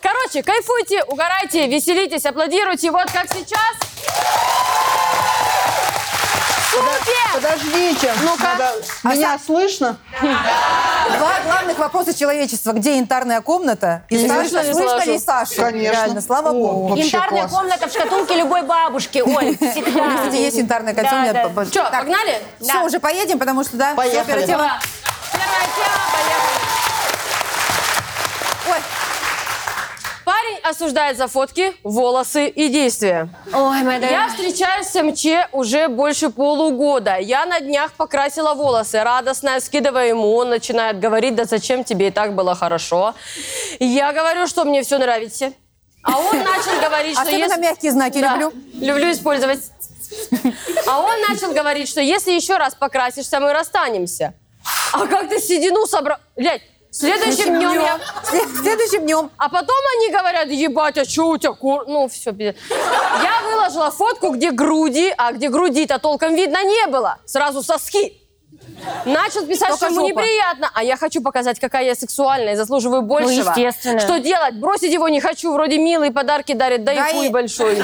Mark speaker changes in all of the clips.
Speaker 1: Короче, кайфуйте, угорайте, веселитесь, аплодируйте. Вот как сейчас. Супер!
Speaker 2: Подождите.
Speaker 1: Ну-ка.
Speaker 2: Надо- Меня слышно?
Speaker 3: Два главных вопроса человечества. Где янтарная комната? И
Speaker 1: Не
Speaker 3: Саша,
Speaker 1: слышно, не
Speaker 3: слышно
Speaker 1: слышу.
Speaker 3: ли Саша?
Speaker 2: Конечно.
Speaker 3: Реально, слава
Speaker 2: О,
Speaker 3: богу.
Speaker 2: вообще
Speaker 4: Янтарная
Speaker 2: класс.
Speaker 4: комната в шкатулке любой бабушки. Ой, всегда.
Speaker 3: Кстати, есть янтарное кольцо.
Speaker 4: Да,
Speaker 3: у меня
Speaker 4: да.
Speaker 3: по- по-
Speaker 1: Чё,
Speaker 3: Так,
Speaker 1: погнали?
Speaker 3: Все, уже поедем, потому что, да, всё
Speaker 2: Поехали.
Speaker 3: оперативно.
Speaker 1: Да. Первая тема, поехали.
Speaker 3: Ой,
Speaker 1: Парень осуждает за фотки, волосы и действия.
Speaker 4: Ой, моя
Speaker 1: Я
Speaker 4: дорогая.
Speaker 1: встречаюсь с МЧ уже больше полугода. Я на днях покрасила волосы. Радостная, скидывая ему, он начинает говорить, да зачем тебе и так было хорошо. Я говорю, что мне все нравится. А он начал говорить, что...
Speaker 3: Особенно
Speaker 1: если-
Speaker 3: мягкие знаки
Speaker 1: Да,
Speaker 3: люблю.
Speaker 1: Люблю использовать. А он начал говорить, что если еще раз покрасишься, мы расстанемся. А как ты седину собрал? Блядь, следующим днем я...
Speaker 3: След- Следующим днем.
Speaker 1: А потом они говорят, ебать, а что у тебя кур... Ну, все, Я выложила фотку, где груди, а где груди-то толком видно не было. Сразу соски. Начал писать, что
Speaker 3: Только
Speaker 1: ему
Speaker 3: жопа.
Speaker 1: неприятно, а я хочу показать, какая я сексуальная и заслуживаю большего.
Speaker 4: естественно.
Speaker 1: Что делать? Бросить его не хочу, вроде милые подарки дарит, да,
Speaker 3: Да
Speaker 1: и
Speaker 3: и-
Speaker 1: хуй большой.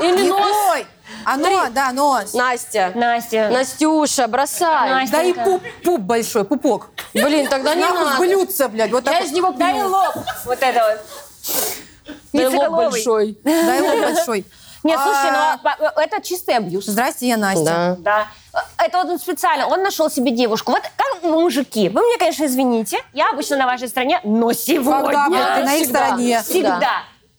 Speaker 1: Или нос.
Speaker 3: Николай. Оно, да, а нос.
Speaker 1: Настя.
Speaker 4: Настя.
Speaker 1: Настюша, бросай.
Speaker 4: Настя.
Speaker 3: Да и
Speaker 4: Настенька.
Speaker 3: пуп, пуп большой, пупок.
Speaker 1: Блин, тогда не
Speaker 3: Нахуй
Speaker 1: надо.
Speaker 3: блюдца, блядь. Вот
Speaker 1: Я
Speaker 3: так
Speaker 1: из него
Speaker 4: Да и
Speaker 1: пью.
Speaker 4: лоб. Вот это
Speaker 1: Да и лоб
Speaker 4: яйцеголовый.
Speaker 1: большой.
Speaker 3: вот. Дай его большой.
Speaker 4: вот. Нет, слушай, ну
Speaker 3: А,
Speaker 4: а по- это чистый абьюз.
Speaker 3: Здрасте, я Настя.
Speaker 1: Да.
Speaker 4: Да. Это вот он специально, он нашел себе девушку. Вот как вы, мужики, вы меня, конечно, извините, я обычно на вашей стороне, но
Speaker 3: Когда
Speaker 4: сегодня
Speaker 3: вот ты на их
Speaker 1: Всегда.
Speaker 3: стороне.
Speaker 1: Всегда.
Speaker 4: всегда.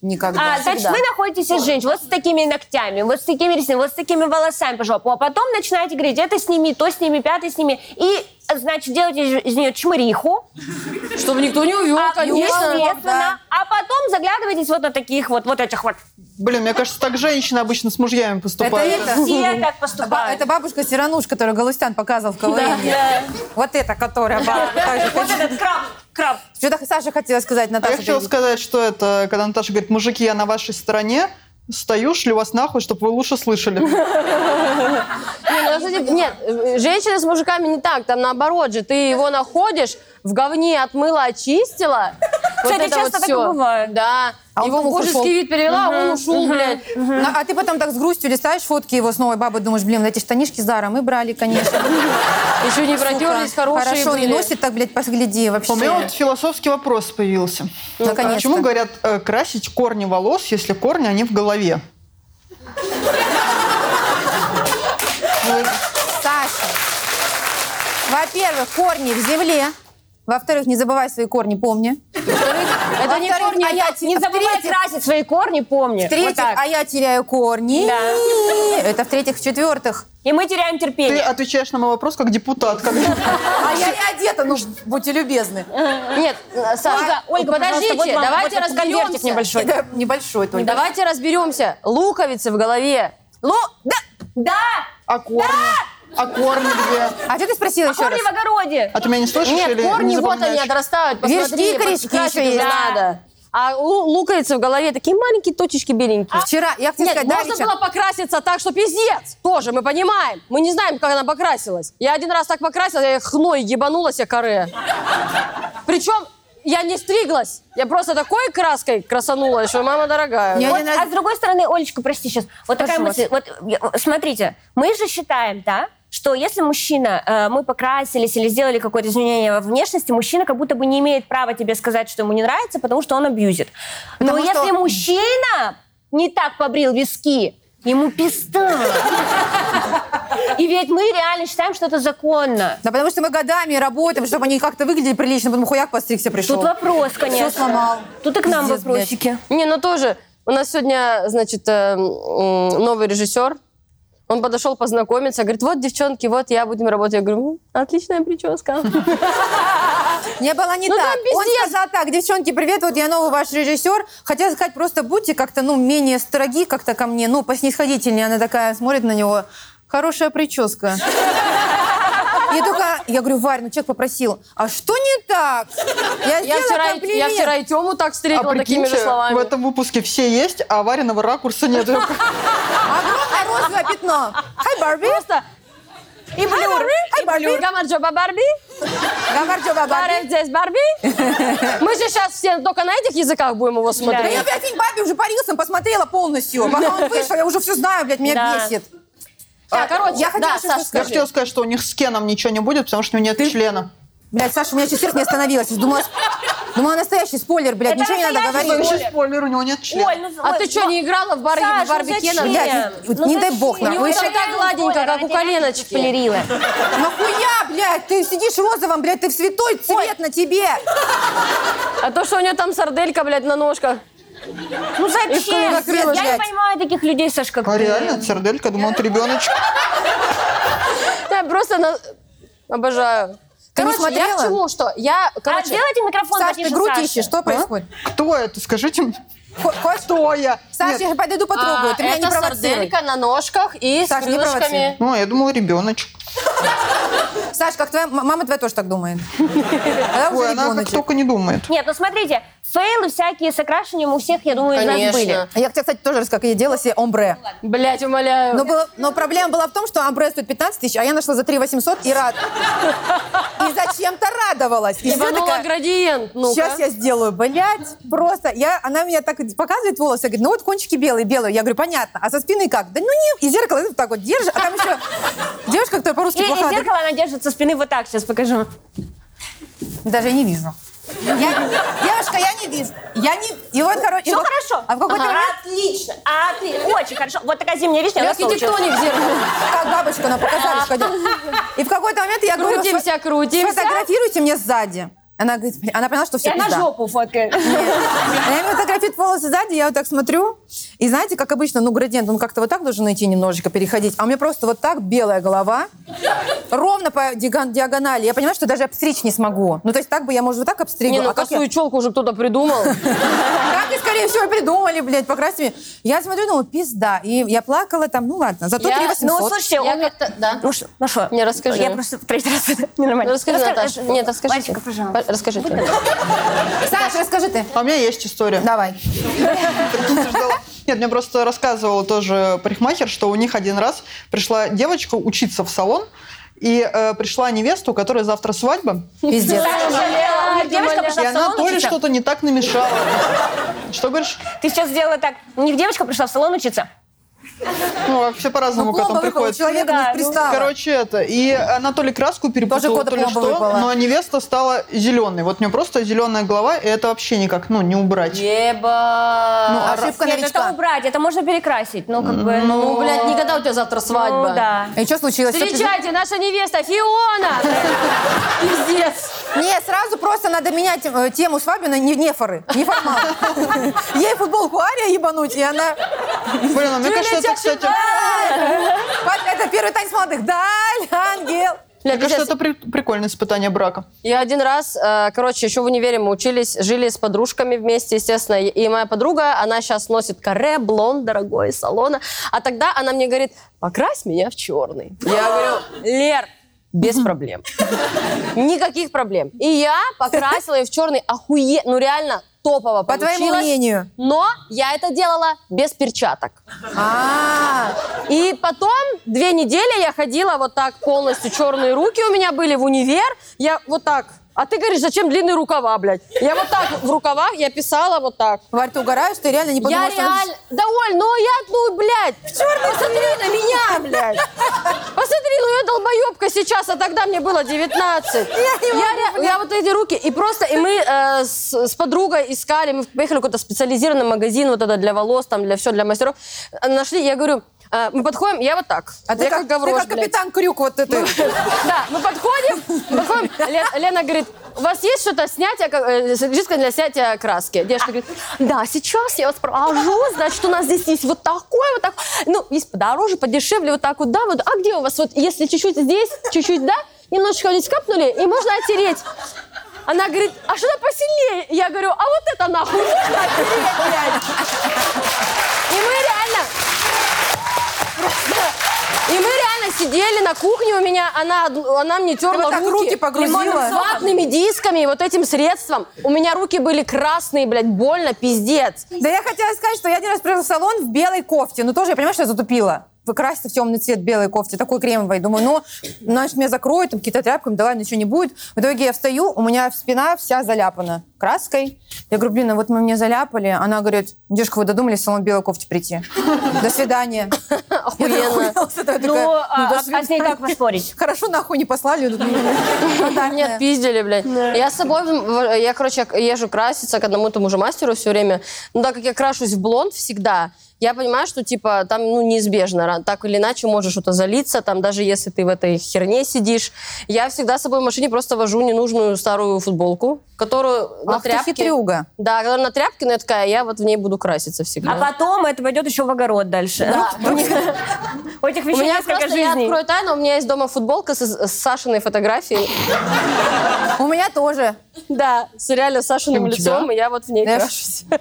Speaker 3: Никогда.
Speaker 4: А, значит,
Speaker 1: всегда.
Speaker 4: вы находитесь с женщиной вот с такими ногтями, вот с такими ресницами, вот с такими волосами по жопу, а потом начинаете говорить, это сними, то сними, пятый сними, и, значит, делаете из, из нее чмыриху,
Speaker 1: Чтобы никто не увел,
Speaker 4: а,
Speaker 1: конечно.
Speaker 4: естественно,
Speaker 3: да.
Speaker 4: а потом заглядываетесь вот на таких вот, вот этих вот.
Speaker 2: Блин, мне кажется, так женщины обычно с мужьями
Speaker 3: Это
Speaker 2: поступают.
Speaker 3: это?
Speaker 4: Все так
Speaker 3: Ба-
Speaker 4: поступают.
Speaker 3: Это бабушка Сирануш, которую Галустян показывал в КВН. Вот эта, которая
Speaker 4: Вот этот краб, краб.
Speaker 3: Что-то Саша хотела сказать,
Speaker 2: А
Speaker 3: Наташа.
Speaker 2: я хотела
Speaker 3: ты-
Speaker 2: сказать, что это, когда Наташа говорит, мужики, я на вашей стороне, стою, шлю вас нахуй, чтобы вы лучше слышали.
Speaker 1: Не, ну, кстати, Нет, э, женщины с мужиками не так, там наоборот же, ты его находишь, в говне отмыла, очистила. Вот
Speaker 4: Кстати,
Speaker 1: это
Speaker 4: часто
Speaker 1: вот
Speaker 4: так и
Speaker 1: всё.
Speaker 4: бывает.
Speaker 1: Да.
Speaker 3: А он
Speaker 1: Его в
Speaker 3: там
Speaker 1: божеский
Speaker 3: ушёл.
Speaker 1: вид перевела, а он ушел, блядь.
Speaker 3: Ну, А ты потом так с грустью листаешь фотки его с новой бабой, думаешь, блин, эти штанишки Зара мы брали, конечно.
Speaker 1: Еще не протерлись, хорошие
Speaker 3: Хорошо, не
Speaker 1: были.
Speaker 3: носит так, блядь, погляди вообще.
Speaker 2: У меня вот философский вопрос появился.
Speaker 3: Ну,
Speaker 2: А
Speaker 3: конечно.
Speaker 2: Почему говорят э, красить корни волос, если корни они в голове?
Speaker 3: Саша, во-первых, корни в земле. Во-вторых, не забывай свои корни, помни.
Speaker 1: Это не
Speaker 3: Во-вторых,
Speaker 1: корни,
Speaker 3: а я
Speaker 1: это-
Speaker 3: те-
Speaker 4: Не
Speaker 3: а
Speaker 4: забывай
Speaker 3: в-третьих-
Speaker 4: красить свои корни, помни. вот
Speaker 3: В-третьих,
Speaker 4: так.
Speaker 3: а я теряю корни.
Speaker 4: Да.
Speaker 3: Это в-третьих, в-четвертых.
Speaker 4: И мы теряем
Speaker 2: Ты
Speaker 4: терпение.
Speaker 2: отвечаешь на мой вопрос как депутат. как-
Speaker 3: А я не одета, ну будьте любезны.
Speaker 1: Нет, Саша,
Speaker 4: Ольга, Ольга,
Speaker 1: подождите,
Speaker 4: пожалуйста, вот вам-
Speaker 1: давайте
Speaker 4: вот этот конвертик
Speaker 1: разберемся.
Speaker 4: небольшой.
Speaker 3: Да, Небольшой только.
Speaker 1: Ну, Давайте разберемся. Луковицы в голове. Лу... Да!
Speaker 4: Да!
Speaker 2: А корни? А корни где?
Speaker 3: А что ты спросила еще раз?
Speaker 4: Корни в огороде.
Speaker 2: А ты меня не слышишь
Speaker 1: Нет,
Speaker 2: или не
Speaker 1: корни вот они
Speaker 2: запоминаешь?
Speaker 1: отрастают.
Speaker 3: Видишь,
Speaker 1: Посмотри,
Speaker 3: кикорички
Speaker 1: подкрасить
Speaker 3: еще
Speaker 1: их
Speaker 3: есть.
Speaker 1: надо. А лу- луковицы в голове такие маленькие точечки беленькие.
Speaker 3: Вчера, я хотела
Speaker 1: А? Нет,
Speaker 3: А, сказать, Э,
Speaker 1: можно
Speaker 3: Дарича,
Speaker 1: было покраситься так, что пиздец. Тоже, мы понимаем. Мы не знаем, как она покрасилась. Я один раз так покрасилась, я хной ебанулась, я коре. Причем я не стриглась. Я просто такой краской красанулась, что мама дорогая.
Speaker 3: Я
Speaker 4: Вот,
Speaker 3: не наз-
Speaker 4: а с другой стороны, Олечка, прости сейчас, вот такая
Speaker 3: Прошу вас.
Speaker 4: мысль. Вот, я- смотрите, мы же считаем, да, что если мужчина, э, мы покрасились или сделали какое-то изменение во внешности, мужчина как будто бы не имеет права тебе сказать, что ему не нравится, потому что он абьюзит. Но
Speaker 3: Потому что-
Speaker 4: если мужчина не так побрил виски, ему пизда. И ведь мы реально считаем, что это законно.
Speaker 3: Да потому что мы годами работаем, чтобы они как-то выглядели прилично, потом хуяк постригся пришел.
Speaker 4: Тут вопрос, конечно.
Speaker 3: сломал.
Speaker 4: Тут и к нам
Speaker 3: Пиздец, блядь.
Speaker 4: вопросики.
Speaker 1: Не, ну тоже. У нас сегодня, значит, э, м, новый режиссер. Он подошел познакомиться, говорит, вот, девчонки, вот, я будем работать. Я говорю, «М, отличная прическа.
Speaker 3: Не было не
Speaker 1: Ну,
Speaker 3: так.
Speaker 1: там пиздец.
Speaker 3: Он сказал так, девчонки, привет, вот я новый ваш режиссер. Хотела сказать, просто будьте как-то, ну, менее строги как-то ко мне, ну, поснисходительнее. Она такая смотрит на него. Хорошая прическа. Я только, я говорю, Варь, ну человек попросил, а что не так? Я,
Speaker 1: Я
Speaker 3: сделала
Speaker 1: вчера, и- я
Speaker 3: комплимент.
Speaker 1: вчера и Тему так
Speaker 2: А
Speaker 1: встретила такими же
Speaker 2: прикиньте,
Speaker 1: словами.
Speaker 2: в этом выпуске все есть, а вареного ракурса нет.
Speaker 3: Огромное розовое пятно. Хай, Барби.
Speaker 1: Просто
Speaker 3: И блюр. И блюр.
Speaker 1: Гамарджоба Барби?
Speaker 3: Гамарджоба
Speaker 1: Барев
Speaker 3: Барби.
Speaker 1: здесь Барби? Мы же сейчас все только на этих языках будем его
Speaker 3: Да
Speaker 1: смотреть.
Speaker 3: я, блядь, и Барби уже по рилсам посмотрела полностью. Пока он вышел, я уже все знаю, блядь, меня
Speaker 4: Да.
Speaker 3: бесит.
Speaker 1: Так,
Speaker 3: А,
Speaker 1: короче,
Speaker 3: я хотела
Speaker 1: да,
Speaker 3: что-то
Speaker 1: Саш,
Speaker 2: Я
Speaker 1: скажи.
Speaker 2: хотела сказать, что у них с Кеном ничего не будет, потому что у него нет члена.
Speaker 3: Блядь, Саша, у меня сейчас сердце не остановилось. Думала, думала настоящий спойлер, блядь,
Speaker 4: Это
Speaker 3: ничего не надо
Speaker 4: настоящий
Speaker 3: говорить.
Speaker 2: Вообще спойлер, у него нет члена.
Speaker 4: Оль, ну,
Speaker 1: А
Speaker 4: Оль,
Speaker 1: ты что,
Speaker 4: ну,
Speaker 1: не играла в Барби,
Speaker 4: Саш,
Speaker 1: в
Speaker 4: ну
Speaker 1: Барби
Speaker 4: зачем?
Speaker 1: Кена?
Speaker 3: Блядь, ну не дай
Speaker 4: зачем?
Speaker 3: бог,
Speaker 1: У
Speaker 3: нахуй.
Speaker 1: него
Speaker 3: Вы
Speaker 1: еще
Speaker 3: же
Speaker 1: так гладненько, как у коленочки.
Speaker 4: Полирила.
Speaker 3: Нахуя, блядь, ты сидишь розовым, блядь, ты в святой цвет на тебе.
Speaker 1: А то, что у нее там сарделька, блядь, на ножках.
Speaker 4: Ну зачем?
Speaker 3: клювик открыл,
Speaker 4: Я не
Speaker 3: блядь.
Speaker 4: понимаю таких людей, Саш, как
Speaker 2: А
Speaker 4: ты.
Speaker 2: реально, серделька, думал, он ребеночек.
Speaker 1: Я просто на- обожаю.
Speaker 3: Ты
Speaker 1: Короче,
Speaker 3: не
Speaker 1: я к
Speaker 3: смотрела?
Speaker 1: чему, что я,
Speaker 4: А
Speaker 1: короче,
Speaker 4: делайте микрофон
Speaker 3: Саш, ты
Speaker 4: потише,
Speaker 3: грудь
Speaker 4: Саше.
Speaker 3: ищешь, что происходит?
Speaker 2: Кто это? Скажите мне.
Speaker 3: Хо- хочешь?
Speaker 2: Кто я?
Speaker 3: Саш,
Speaker 2: Нет.
Speaker 3: я подойду потрогаю,
Speaker 1: а,
Speaker 3: ты меня не
Speaker 1: это
Speaker 3: провоцируй.
Speaker 1: сарделька на ножках и
Speaker 3: Саш,
Speaker 1: с
Speaker 3: не
Speaker 1: крылышками.
Speaker 3: провоцируй.
Speaker 2: Ну, я думал, ребеночек.
Speaker 3: Саш, как твоя м- мама твоя тоже так думает. Она уже
Speaker 2: Ой, она как
Speaker 3: ребеночек.
Speaker 2: только не думает.
Speaker 4: Нет, ну смотрите, фейлы всякие с окрашиванием у всех, я думаю, из нас
Speaker 1: Конечно.
Speaker 4: были.
Speaker 3: Я, кстати, кстати, тоже расскажу, как я делала себе омбре.
Speaker 4: Ну
Speaker 1: Блять, умоляю.
Speaker 3: Но, было- но проблема была в том, что омбре стоит 15 тысяч, а я нашла за 3 800 и рад. И зачем-то радовалась. И все
Speaker 1: Ебанула
Speaker 3: такая,
Speaker 1: градиент, ну
Speaker 3: Сейчас я сделаю, блядь, просто. Я, она меня так показывает волосы, говорит, ну вот кончики белые, белые. Я говорю, понятно. А со спины как? Да ну не, и зеркало вот так вот держит, а там еще девушка, которая по-русски
Speaker 4: И, и
Speaker 3: плохая.
Speaker 4: зеркало она держит со спины вот так, сейчас покажу.
Speaker 3: Даже я не вижу. Я- девушка, я не вижу. Я не... И вот, короче... и
Speaker 4: Все
Speaker 3: вот-
Speaker 4: хорошо.
Speaker 3: А в какой-то
Speaker 4: Ага.
Speaker 3: момент,
Speaker 4: Отлично. А ты очень хорошо. Вот такая зимняя вишня.
Speaker 1: Я
Speaker 4: она солнечная.
Speaker 1: архитектоник зеркало.
Speaker 3: как бабочка, ну, она показалась. ходила. И в какой-то момент я говорю...
Speaker 1: Крутимся,
Speaker 3: «Сфо-
Speaker 1: крутимся».
Speaker 3: Сфотографируйте мне сзади. Она говорит, она поняла, что
Speaker 4: И
Speaker 3: все
Speaker 4: она жопу фоткает.
Speaker 3: Она меня фотографирует волосы сзади, я вот так смотрю. И знаете, как обычно, ну, градиент, он как-то вот так должен идти немножечко, переходить. А у меня просто вот так белая голова, ровно по диагон- диагонали. Я понимаю, что даже обстричь не смогу. Ну, то есть так бы я, может, вот так обстригла.
Speaker 1: Не, ну
Speaker 3: а как я-
Speaker 1: косую челку уже кто-то придумал.
Speaker 3: так и, скорее всего, придумали, блядь, покрасили. Я смотрю, ну, пизда. И я плакала там, ну, ладно, зато
Speaker 1: Я-
Speaker 3: 3800.
Speaker 4: Ну, слушайте,
Speaker 1: Я
Speaker 4: он...
Speaker 1: как-то- да.
Speaker 4: Ну, что, ну что?
Speaker 1: Не, расскажи.
Speaker 4: Я просто в третий раз ненормально.
Speaker 1: Расскажи, Наташа. Нет, расскажи. ты.
Speaker 4: Мальчика, э, пожалуйста.
Speaker 1: По-
Speaker 3: Ну,
Speaker 1: Расскажи. ты.
Speaker 3: Саша, расскажи ты.
Speaker 2: А у меня есть история.
Speaker 3: Давай.
Speaker 2: Прикиньте, ждала. Нет, мне просто рассказывала тоже парикмахер, что у них один раз пришла девочка учиться в салон, и э, пришла невеста, у которой завтра свадьба,
Speaker 3: Пиздец.
Speaker 1: Блядь,
Speaker 4: Девочка
Speaker 1: блядь.
Speaker 4: пришла
Speaker 2: и
Speaker 4: в
Speaker 2: она
Speaker 4: салон
Speaker 2: то ли
Speaker 4: учиться.
Speaker 2: что-то не так намешала. Что говоришь?
Speaker 4: Ты сейчас сделала так. Не девочка пришла а в салон учиться.
Speaker 2: Ну, а все по-разному к
Speaker 3: Пломба
Speaker 2: этому
Speaker 3: выпала,
Speaker 2: приходят.
Speaker 3: человек
Speaker 4: Ну да, ну,
Speaker 3: не пристала.
Speaker 2: Короче, это. И она то ли краску перепутала,
Speaker 3: кода
Speaker 2: то ли
Speaker 3: пломба
Speaker 2: что,
Speaker 3: выпала.
Speaker 2: но невеста стала зеленой. Вот у нее просто зеленая голова, и это вообще никак, ну, не убрать.
Speaker 1: Еба.
Speaker 3: Ну, Ошибка
Speaker 4: Нет, это
Speaker 3: новичка.
Speaker 4: убрать, это можно перекрасить. Ну, как бы...
Speaker 1: Ну, блядь, не когда у тебя завтра свадьба.
Speaker 4: Ну, да.
Speaker 3: И что случилось? Всё пизда-
Speaker 1: Встречайте, наша невеста Фиона. Пиздец.
Speaker 3: Не, сразу просто надо менять э, тему свадьбы на не- нефоры, не формал. Ей футболку Ария ебануть, и она...
Speaker 2: Блин, а мне кажется, это, кстати,
Speaker 3: Вот Это первый танец молодых. Даль, ангел.
Speaker 1: Бля,
Speaker 2: мне кажется,
Speaker 1: пиздец.
Speaker 2: это при- прикольное испытание брака.
Speaker 1: Я один раз, э, короче, еще в универе мы учились, жили с подружками вместе, естественно. И- И моя подруга, она сейчас носит каре, блонд, дорогой, из салона. А тогда она мне говорит, покрась меня в черный. Я говорю, Лер, без проблем. Никаких проблем. И я покрасила ее в черный охуе... Ну, реально, топово
Speaker 3: По твоему
Speaker 1: получилось.
Speaker 3: мнению.
Speaker 1: Но я это делала без перчаток.
Speaker 3: А,
Speaker 1: И потом две недели я ходила вот так полностью, черные руки у меня были в универ, я вот так. А ты говоришь, зачем длинные рукава, блядь? Я вот так в рукавах, я писала вот так.
Speaker 3: Варь, ты угораешь, ты реально не
Speaker 1: я
Speaker 3: подумала, что она-
Speaker 1: реально... Да, Оль, ну я, ну, блядь, посмотри на меня, блядь. Посмотри, ну я долбоебка сейчас, а тогда мне было 19.
Speaker 3: не
Speaker 1: ре- я вот эти руки, и просто, и мы э, с, с подругой искали, мы поехали в какой-то специализированный магазин, вот это для волос, там, для все, для мастеров. Э, Нашли, я говорю, э, мы подходим, я вот так.
Speaker 3: А ты
Speaker 1: я
Speaker 3: как, ты
Speaker 1: гаврош,
Speaker 3: как
Speaker 1: блядь.
Speaker 3: капитан Крюк вот это.
Speaker 1: Да, мы подходим, подходим. Ле- Лена говорит, у вас есть что-то снятие, ка- э, жидкость для снятия краски? Девушка говорит, да, сейчас я вас провожу, значит, у нас здесь есть вот такой, вот такой, ну, есть подороже, подешевле, вот так вот, да, вот, а где у вас, вот, если чуть-чуть здесь, чуть-чуть, да, немножечко здесь капнули, и можно оттереть. Она говорит, а что-то посильнее. Я говорю, а вот это нахуй можно оттереть, блядь?» И мы реально... И мы реально сидели на кухне у меня, она, одну- она мне терла
Speaker 3: вот так руки погрузила.
Speaker 1: лимонным ватными дисками, вот этим средством. У меня руки были красные, блядь, больно, пиздец.
Speaker 3: Да я хотела сказать, что я один раз пришла в салон в белой кофте. Ну тоже я понимаю, что я затупила. В- краситься в темный цвет белой кофте, такой кремовой. Думаю, ну, значит, меня закроют, там какие-то тряпками, да ладно, ну, ничего не будет. В итоге я встаю, у меня спина вся заляпана краской. Я говорю, блин, а вот мы мне заляпали. Она говорит, девушка, вы додумались в салон белой кофте прийти. До свидания. Я так
Speaker 1: Охуенно.
Speaker 3: охуела с этого,
Speaker 4: Ну,
Speaker 3: такая,
Speaker 4: а,
Speaker 3: до
Speaker 4: а- а с ней
Speaker 3: свидания.
Speaker 4: как поспорить?
Speaker 3: Хорошо, нахуй не послали. тут, ну, стандартная.
Speaker 1: Нет, пиздили, блядь. Я с собой, в- я, короче, езжу краситься к одному и тому же мастеру все время. Но так как я крашусь в блонд всегда, я понимаю, что, типа, там, ну, неизбежно. ра- Так или иначе можешь что-то залиться, там, даже если ты в этой херне сидишь. Я всегда с собой в машине просто вожу ненужную старую футболку, которую на
Speaker 3: Ах ты
Speaker 1: тряпке...
Speaker 3: хитрюга.
Speaker 1: Да, которая на тряпке, но я такая, я вот в ней буду краситься всегда.
Speaker 4: А потом это пойдет еще в огород дальше. У этих
Speaker 1: У
Speaker 4: вещей
Speaker 1: меня
Speaker 4: несколько
Speaker 1: просто, я
Speaker 4: жизней.
Speaker 1: открою тайну, у меня есть дома футболка с, с Сашиной фотографией.
Speaker 3: У меня тоже.
Speaker 1: Да, с реально Сашиным
Speaker 2: И у тебя?
Speaker 1: лицом, и я вот в ней
Speaker 3: Да.
Speaker 1: крашусь.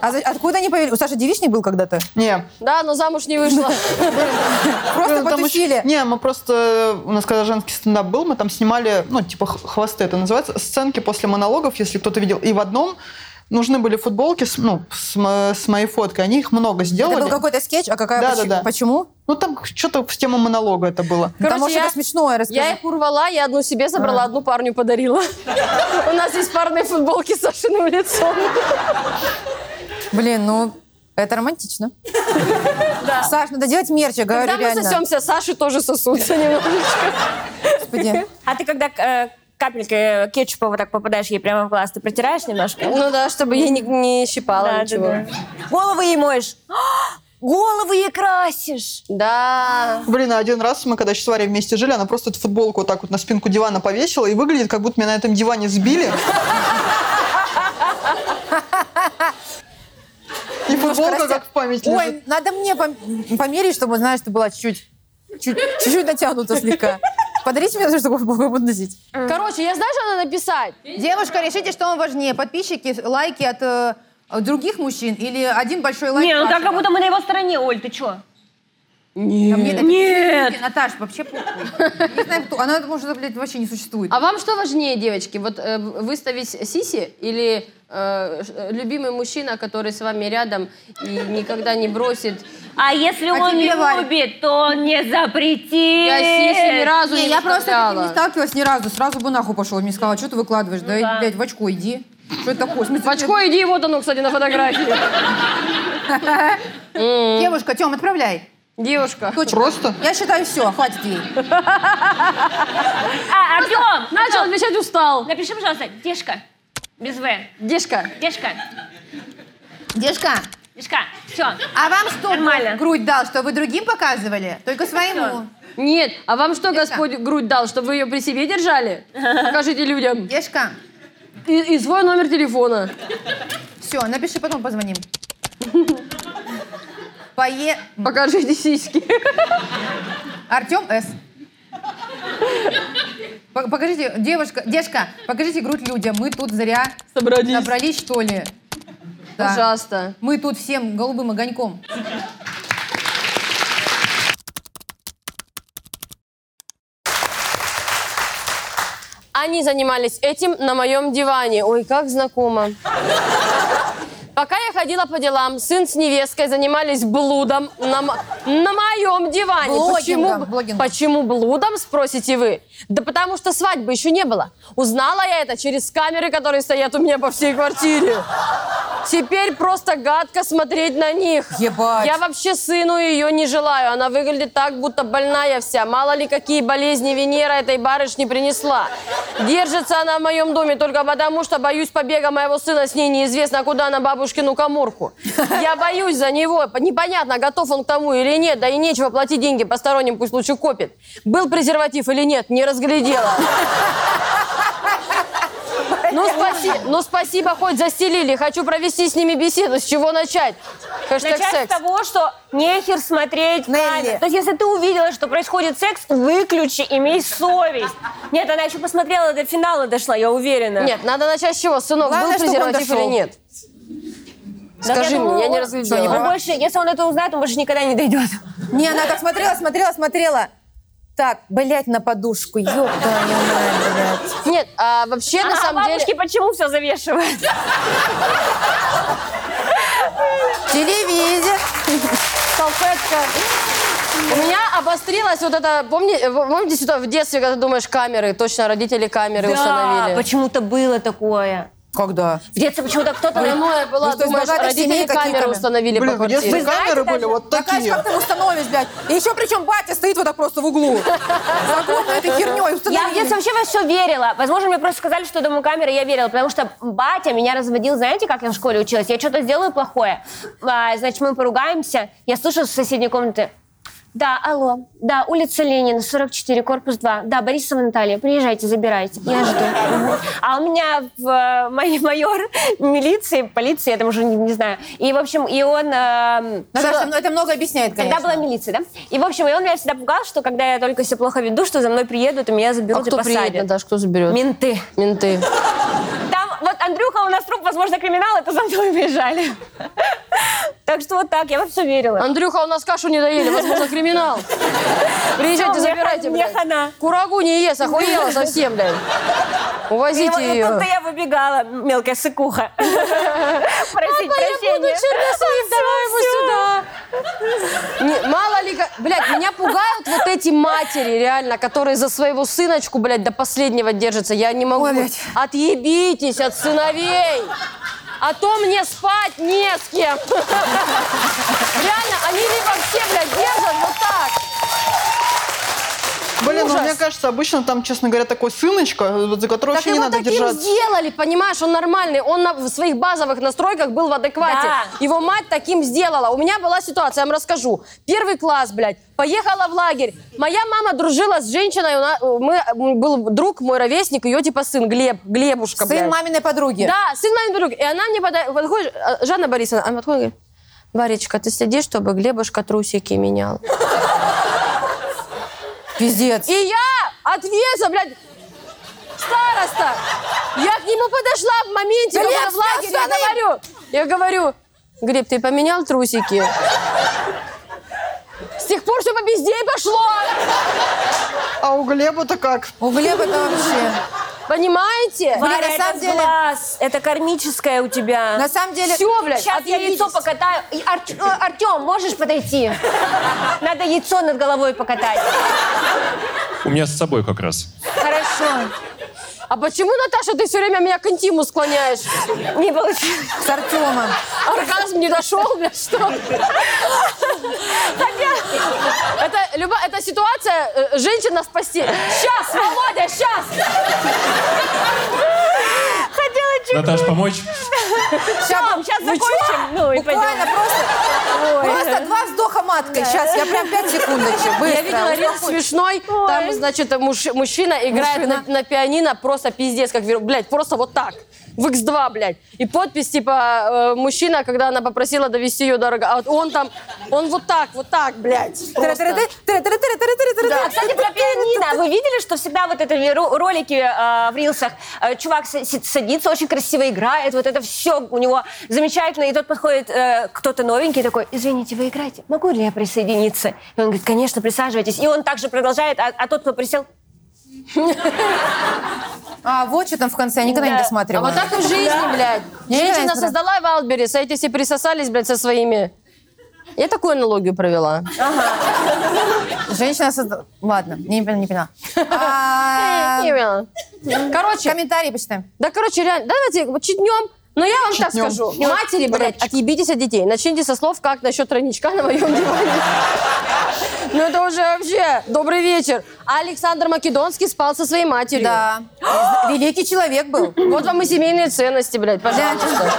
Speaker 3: А за- откуда они появились? У Саши девичник был когда-то?
Speaker 2: Не,
Speaker 1: Да, но замуж не вышла.
Speaker 3: Просто
Speaker 2: Ну, там
Speaker 3: потусили.
Speaker 2: очень- Не, мы просто... э, У нас когда женский стендап был, мы там снимали, ну, типа х- хвосты это называется, сценки после монологов, если кто-то видел. И в одном нужны были футболки с, ну, с, мо- с моей фоткой. Они их много
Speaker 3: Это
Speaker 2: сделали.
Speaker 3: был какой-то скетч, а какая
Speaker 2: Да, да,
Speaker 3: поч-
Speaker 2: да.
Speaker 3: почему?
Speaker 2: Ну, там что-то в тему монолога это было.
Speaker 3: Ну, Там
Speaker 1: Короче,
Speaker 3: может
Speaker 1: я-
Speaker 3: это смешное
Speaker 1: Я
Speaker 3: рассказать.
Speaker 1: их урвала, я одну себе забрала, одну парню подарила. У нас есть парные футболки с Сашиным лицом.
Speaker 3: Блин, ну это романтично. Саш, надо делать мерч, я говорю
Speaker 1: Когда мы
Speaker 3: реально.
Speaker 1: сосемся, Саши тоже сосутся немножечко.
Speaker 3: Господи.
Speaker 4: А ты когда э, капелькой кетчупа вот так попадаешь ей прямо в глаз, ты протираешь немножко?
Speaker 1: Ну да, чтобы ей не, не щипало
Speaker 4: Да, да,
Speaker 1: ничего. Да,
Speaker 4: да. Головы ей моешь. А, Головы ей красишь.
Speaker 2: Блин, а один раз мы, когда еще с Варей вместе жили, она просто эту футболку вот так вот на спинку дивана повесила и выглядит, как будто меня на этом диване сбили. И футболка
Speaker 3: Расти-
Speaker 2: как в память лежит.
Speaker 3: Ой, надо мне пом- померить, чтобы, знаешь, ты была чуть-чуть чуть- чуть-чуть натянута слегка. Подарите мне, чтобы я буду носить.
Speaker 1: Короче, я знаю, что надо написать.
Speaker 3: Девушка, решите, что вам важнее, подписчики, лайки от э, от других мужчин или один большой лайк?
Speaker 4: Не, ну так
Speaker 3: вашего?
Speaker 4: как будто мы на его стороне, Оль, ты чё?
Speaker 3: Да А мне-
Speaker 4: Нет.
Speaker 3: Наташ, вообще похуй. Не знаю, кто. Она, может, это, блядь, вообще не существует.
Speaker 1: А вам что важнее, девочки? Вот э, выставить сиси или э, ш- э, любимый мужчина, который с вами рядом и никогда не бросит?
Speaker 4: А если
Speaker 3: А
Speaker 4: он
Speaker 3: тебе
Speaker 4: не
Speaker 3: Варя?
Speaker 4: любит, то он не запретит.
Speaker 1: Я сиси ни разу не
Speaker 3: Не, я просто с этим не
Speaker 1: вставляла.
Speaker 3: сталкивалась ни разу. Сразу бы нахуй пошел. Мне сказала, что ты выкладываешь? Да,
Speaker 4: да.
Speaker 3: блядь, в очко иди. Что это такое? В смысле,
Speaker 1: В очко иди, вот оно, кстати, на фотографии.
Speaker 3: Девушка, Тем, отправляй.
Speaker 1: Девушка.
Speaker 3: Точно.
Speaker 2: Просто?
Speaker 3: Я считаю, все, хватит ей.
Speaker 4: А, Артем,
Speaker 1: Начал отвечать, устал.
Speaker 4: напиши, пожалуйста, Дешка. Без В.
Speaker 1: Дешка,
Speaker 4: Дешка.
Speaker 3: Девушка,
Speaker 4: Дешка. Все.
Speaker 3: а вам что
Speaker 4: Нормально.
Speaker 3: грудь дал, что вы другим показывали? Только своему.
Speaker 1: Нет, а вам что
Speaker 3: Девушка.
Speaker 1: Господь грудь дал, чтобы вы ее при себе держали? Покажите людям.
Speaker 3: Девушка,
Speaker 1: И, и свой номер телефона.
Speaker 3: все, напиши, потом позвоним. Пое...
Speaker 1: Покажите сиськи.
Speaker 3: Артем С. П- Покажите, девушка, девушка, покажите грудь людям. Мы тут зря
Speaker 1: Собрались.
Speaker 3: собрались, что ли? Да.
Speaker 1: Пожалуйста.
Speaker 3: Мы тут всем голубым огоньком.
Speaker 1: Они занимались этим на моем диване. Ой, как знакомо. Пока я ходила по делам, сын с невесткой занимались блудом на, м- на моем диване.
Speaker 3: Блогингом,
Speaker 1: почему, б-
Speaker 3: блогингом.
Speaker 1: почему блудом, спросите вы? Да потому что свадьбы еще не было. Узнала я это через камеры, которые стоят у меня по всей квартире. Теперь просто гадко смотреть на них.
Speaker 3: Ебать.
Speaker 1: Я вообще сыну ее не желаю. Она выглядит так, будто больная вся. Мало ли, какие болезни Венера этой барышне принесла. Держится она в моем доме только потому, что боюсь побега моего сына с ней неизвестно куда на бабушкину коморку. Я боюсь за него. Непонятно, готов он к тому или нет. Да и нечего платить деньги посторонним, пусть лучше копит. Был презерватив или нет, не разглядела. Ну, спаси- ну, спасибо, хоть застелили. Хочу провести с ними беседу. С чего начать? Хэштег
Speaker 4: Начать
Speaker 1: секс.
Speaker 4: с того, что нехер смотреть
Speaker 3: Нелли.
Speaker 4: камеры. То есть, если ты увидела, что происходит секс, выключи, имей совесть. Нет, она еще посмотрела, до финала дошла, я уверена.
Speaker 1: Нет, надо начать с чего? Сынок,
Speaker 3: Главное,
Speaker 1: был
Speaker 3: чтобы он
Speaker 1: презерватив или
Speaker 3: дошел.
Speaker 1: нет?
Speaker 4: Так
Speaker 1: Скажи
Speaker 4: думаю,
Speaker 1: мне, я не
Speaker 4: он-
Speaker 1: разглядела.
Speaker 4: он больше, если он это узнает, он больше никогда не дойдет.
Speaker 3: Не, она так смотрела, смотрела, смотрела. Так, блядь, на подушку, ёб твою мать, блядь.
Speaker 1: Нет, а вообще, на
Speaker 4: а
Speaker 1: самом
Speaker 4: бабушки
Speaker 1: деле...
Speaker 4: почему все завешивают?
Speaker 3: Телевизор.
Speaker 1: салфетка. У меня обострилась вот это, помни, э, помните, сюда в детстве, когда ты думаешь, камеры, точно родители камеры
Speaker 4: Да,
Speaker 1: установили.
Speaker 4: почему-то было такое.
Speaker 3: Когда?
Speaker 4: В детстве почему-то кто-то...
Speaker 1: Паранойя Ну, была,
Speaker 3: Вы что, из
Speaker 1: думаешь,
Speaker 3: богатых
Speaker 1: родители
Speaker 3: семей какие
Speaker 1: камеры
Speaker 3: камеры?
Speaker 1: установили
Speaker 2: Блин,
Speaker 1: по
Speaker 2: в детстве
Speaker 1: квартире.
Speaker 2: камеры
Speaker 4: знаете,
Speaker 2: были
Speaker 4: даже
Speaker 2: вот
Speaker 3: Такая,
Speaker 2: такие.
Speaker 3: как ты его установишь, блядь? И еще причем батя стоит вот так просто в углу. Законно этой херней
Speaker 4: Я в
Speaker 3: установили.
Speaker 4: детстве вообще во все верила. Возможно, мне просто сказали, что дома камеры, я верила, потому что батя меня разводил, знаете, как я в школе училась? Я что-то сделаю плохое. А, значит, мы поругаемся. Я слышу с соседней комнаты. Да, алло. Да, улица Ленина, 44, корпус 2. Да, Борисова Наталья, приезжайте, забирайте. Я жду. Мгм. А у меня в, э, мой- майор милиции, полиции, я там уже не, не знаю. И, в общем, и он... эм,
Speaker 3: Наташа, ну, это много объясняет,
Speaker 4: Тогда
Speaker 3: конечно.
Speaker 4: была милиция, да? И, в общем, и он меня всегда пугал, что когда я только себя плохо веду, что за мной приедут и меня
Speaker 1: А
Speaker 4: заберут и
Speaker 1: кто приедет,
Speaker 4: посадят.
Speaker 1: Наташ, кто заберет?
Speaker 4: Менты.
Speaker 1: Менты.
Speaker 4: Там, вот, Андрюха, у нас труп, возможно, криминал, это за мной бежали. Так что вот так, я во все
Speaker 3: А
Speaker 4: верила.
Speaker 1: Андрюха, у нас кашу не доели, возможно, криминал. Приезжайте,
Speaker 4: Всё, мне
Speaker 1: забирайте,
Speaker 4: хана, мне
Speaker 1: блядь.
Speaker 4: хана.
Speaker 1: Курагу не ест, охуела совсем, блядь.
Speaker 4: И вот
Speaker 1: Увозите ее.
Speaker 4: тут-то я выбегала, мелкая сыкуха. Просить прощения.
Speaker 1: Черносоев, давай его сюда. Не, мало ли, как- блядь, меня пугают вот эти матери, реально, которые за своего сыночку, блядь, до последнего держатся. Я не могу.
Speaker 3: Ой, блядь.
Speaker 1: Отъебитесь от сыновей. А то мне спать не с кем. Реально, они либо все, блядь, держат вот так.
Speaker 2: Блин, ну
Speaker 1: Ужас.
Speaker 2: мне кажется, обычно там, честно говоря, такой сыночка, вот за которого
Speaker 1: Так
Speaker 2: вообще не
Speaker 1: его
Speaker 2: надо
Speaker 1: таким
Speaker 2: держаться.
Speaker 1: сделали, понимаешь, он нормальный, он на, в своих базовых настройках был в адеквате.
Speaker 4: Да.
Speaker 1: Его мать таким сделала. У меня была ситуация, я вам расскажу. Первый класс, блядь, поехала в лагерь. Моя мама дружила с женщиной, у на- мы, м, был друг, мой ровесник, ее типа сын, Глеб, Глебушка,
Speaker 3: Сын
Speaker 1: блядь.
Speaker 3: маминой подруги.
Speaker 1: Да, сын мамин друг. И она мне пода- подходит, а, Жанна Борисовна, она подходит и говорит, Варечка, ты следи, чтобы Глебушка трусики менял.
Speaker 3: Пиздец.
Speaker 1: И я от веса, блядь, староста. Я к нему подошла в моменте,
Speaker 3: Глеб,
Speaker 1: когда в лагере, я
Speaker 3: останови!
Speaker 1: говорю, я говорю, Глеб, ты поменял трусики? С тех пор все по бездей пошло.
Speaker 2: А у Глеба-то как?
Speaker 3: У Глеба это вообще.
Speaker 1: Понимаете?
Speaker 3: Блин,
Speaker 4: Варя,
Speaker 3: на самом
Speaker 4: это
Speaker 3: деле-
Speaker 4: глаз, это кармическое у тебя.
Speaker 3: На самом деле...
Speaker 1: Все, блядь,
Speaker 4: Сейчас я
Speaker 1: отъебитесь.
Speaker 4: яйцо покатаю. И Артё- э, Артём, можешь подойти? Надо яйцо над головой покатать.
Speaker 5: У меня с собой как раз.
Speaker 4: Хорошо.
Speaker 1: А почему, Наташа, ты все время меня к интиму склоняешь?
Speaker 4: Не получилось.
Speaker 3: С Артемом.
Speaker 1: Оргазм не дошел, блядь, что? ли? Это, люба, это ситуация э, женщина в постели. Сейчас, Володя, сейчас!
Speaker 4: Хотела чуть
Speaker 5: Наташ, помочь?
Speaker 4: Артём, сейчас
Speaker 3: Вы чё?
Speaker 4: закончим. Ну и пойдем.
Speaker 3: Буквально просто... Просто два вздоха маткой. Сейчас, я прям пять секундочек. Быстро.
Speaker 1: А Я видела рилс смешной, там, значит, муж- мужчина играет на,
Speaker 3: Мужчина.
Speaker 1: на пианино просто пиздец, как, вер- блядь, просто вот так, в X2, блядь. И подпись, типа, э, мужчина, когда она попросила довести ее дорого, а вот он там, он вот так, вот так, блядь. просто.
Speaker 3: Тыры-тыры-ты, тыры-тыры-тыры-тыры-тыры-тыры.
Speaker 4: А, кстати, про пианино. Вы видели, что всегда вот это ро- ролики э, в рилсах? э, чувак с- си- садится, очень красиво играет, вот это все у него замечательно. И тут подходит э, кто-то новенький такой, извините, вы играете? Могу ли я присоединиться? И он говорит, конечно, присаживайтесь. И он также продолжает, а, а тот, кто присел,
Speaker 3: А вот что там в конце, я никогда не
Speaker 4: Да.
Speaker 1: А
Speaker 3: досматривала.
Speaker 1: вот так и в жизни, блядь.
Speaker 3: Я не
Speaker 1: Женщина
Speaker 3: знаю,
Speaker 1: создала Валберис, а эти все присосались, блядь, со своими... Я такую аналогию провела.
Speaker 3: Женщина создала... Ладно, не, не поняла. А,
Speaker 1: Э, Короче,
Speaker 3: Комментарии почитаем.
Speaker 1: Да, короче, реально, давайте вот читнем. Но я вам так
Speaker 2: Читнем.
Speaker 1: скажу. Матери, блядь, отъебитесь от детей. Начните со слов, как насчет тройничка на моем диване. Ну это уже вообще. Добрый вечер. Александр Македонский спал со своей матерью.
Speaker 3: Да. Великий человек был.
Speaker 1: Вот вам и семейные ценности, блядь,
Speaker 3: Для
Speaker 1: пожалуйста.
Speaker 3: начала,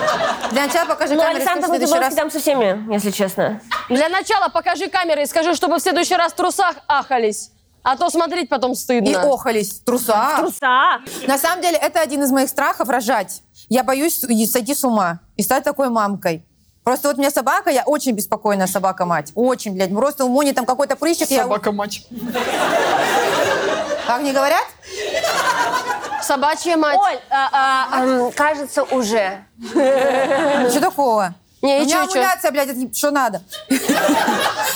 Speaker 3: для начала покажи
Speaker 4: Ну,
Speaker 3: камеры, что
Speaker 4: Александр
Speaker 3: в следующий раз.
Speaker 4: Македонский там со всеми, если честно.
Speaker 1: Для начала покажи камеры и скажи, чтобы в следующий раз в трусах ахались. А то смотреть потом стыдно.
Speaker 3: И охались. Труса.
Speaker 4: Труса.
Speaker 3: На самом деле, это один из моих страхов рожать. Я боюсь и сойти с ума и стать такой мамкой. Просто вот у меня собака, я очень беспокойная собака-мать. Очень, блядь. Просто у Мони там какой-то прыщик. я-
Speaker 2: Собака-мать.
Speaker 3: Как не говорят?
Speaker 1: Собачья мать.
Speaker 4: Оль, а, а, м, кажется, уже.
Speaker 3: Что такого?
Speaker 1: Не,
Speaker 3: у
Speaker 1: и
Speaker 3: меня
Speaker 1: чё, и чё?
Speaker 3: амуляция, блядь, это не- что надо.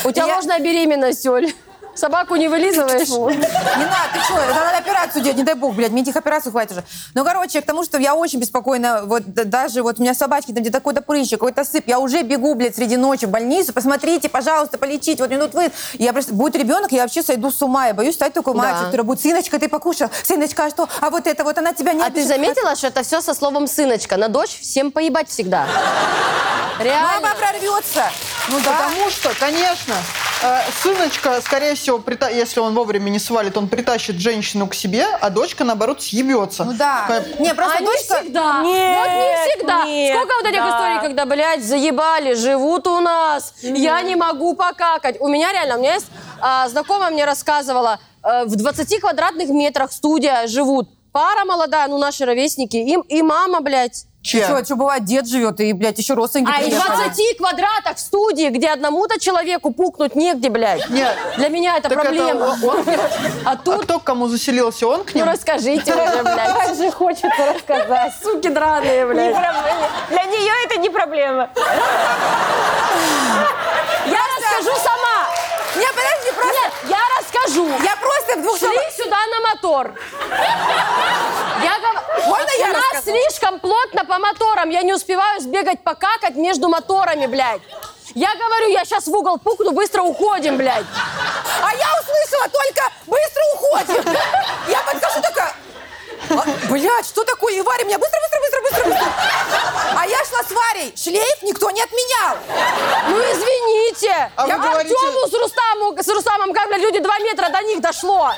Speaker 1: У тебя
Speaker 3: я-
Speaker 1: ложная беременность, Оль. Собаку не вылизываешь?
Speaker 3: Не надо, ты что? Это надо операцию делать, не дай бог, блядь, мне этих операций хватит уже. Ну, короче, к тому, что я очень беспокойна, вот д- даже вот у меня собачки, там где такой-то прыщик, какой-то сып, я уже бегу, блядь, среди ночи в больницу, посмотрите, пожалуйста, полечите, вот минут вы. Я просто, будет ребенок, я вообще сойду с ума, я боюсь стать такой
Speaker 1: Да.
Speaker 3: матерью, которая будет, сыночка, ты покушал, сыночка, а что? А вот это вот, она тебя не
Speaker 1: А ты
Speaker 3: обижает».
Speaker 1: заметила, что это все со словом «сыночка»? На дочь всем поебать всегда. Реально.
Speaker 3: Мама прорвется.
Speaker 2: Ну, потому что, конечно, э, сыночка, скорее всего, прита- если он вовремя не свалит, он притащит женщину к себе, а дочка, наоборот, съебется.
Speaker 3: Ну да.
Speaker 2: Такая,
Speaker 3: Не, просто
Speaker 1: а
Speaker 3: дочка...
Speaker 1: не всегда.
Speaker 4: Нет,
Speaker 1: вот не всегда.
Speaker 4: нет,
Speaker 1: Сколько вот этих
Speaker 4: да.
Speaker 1: историй, когда, блядь, заебали, живут у нас, я не могу покакать. У меня реально, у меня есть а, знакомая мне рассказывала, э, в 20 квадратных метрах студия живут. Пара молодая, ну наши ровесники, им и мама, блядь.
Speaker 2: Че?
Speaker 3: Что, что бывает, дед живет, и, блядь, еще родственники
Speaker 1: А и в
Speaker 3: приехали.
Speaker 1: 20 квадратах в студии, где одному-то человеку пукнуть негде, блядь.
Speaker 2: Нет.
Speaker 1: Для меня это
Speaker 2: Так это
Speaker 1: проблема.
Speaker 2: он-
Speaker 1: А
Speaker 2: А
Speaker 1: тут,
Speaker 2: кто к кому заселился, он к
Speaker 1: ну
Speaker 2: ним?
Speaker 1: расскажите уже, блядь. Как же хочется рассказать. Суки драные,
Speaker 4: Не
Speaker 1: блядь.
Speaker 4: проблема. Для нее это не проблема.
Speaker 1: Я расскажу сама.
Speaker 3: Не, подожди, просто...
Speaker 1: Нет, я расскажу.
Speaker 3: Я просто в двух
Speaker 1: Шли
Speaker 3: словах...
Speaker 1: сюда на мотор. Я гов-
Speaker 3: Можно я
Speaker 1: У нас
Speaker 3: расскажу?
Speaker 1: слишком плотно по моторам. Я не успеваю сбегать покакать между моторами, блядь. Я говорю, я сейчас в угол пукну, быстро уходим, блядь.
Speaker 3: А я услышала только «быстро уходим». Я подхожу такая... «А, блядь, что такое? И Варя меня быстро, быстро, быстро, быстро, быстро. А я шла с Варей. Шлейф никто не отменял.
Speaker 1: Ну извините.
Speaker 2: А вы
Speaker 1: я
Speaker 2: говорите-
Speaker 1: Артему с Рустамом, с Рустамом, как, блядь, люди два метра до них дошло.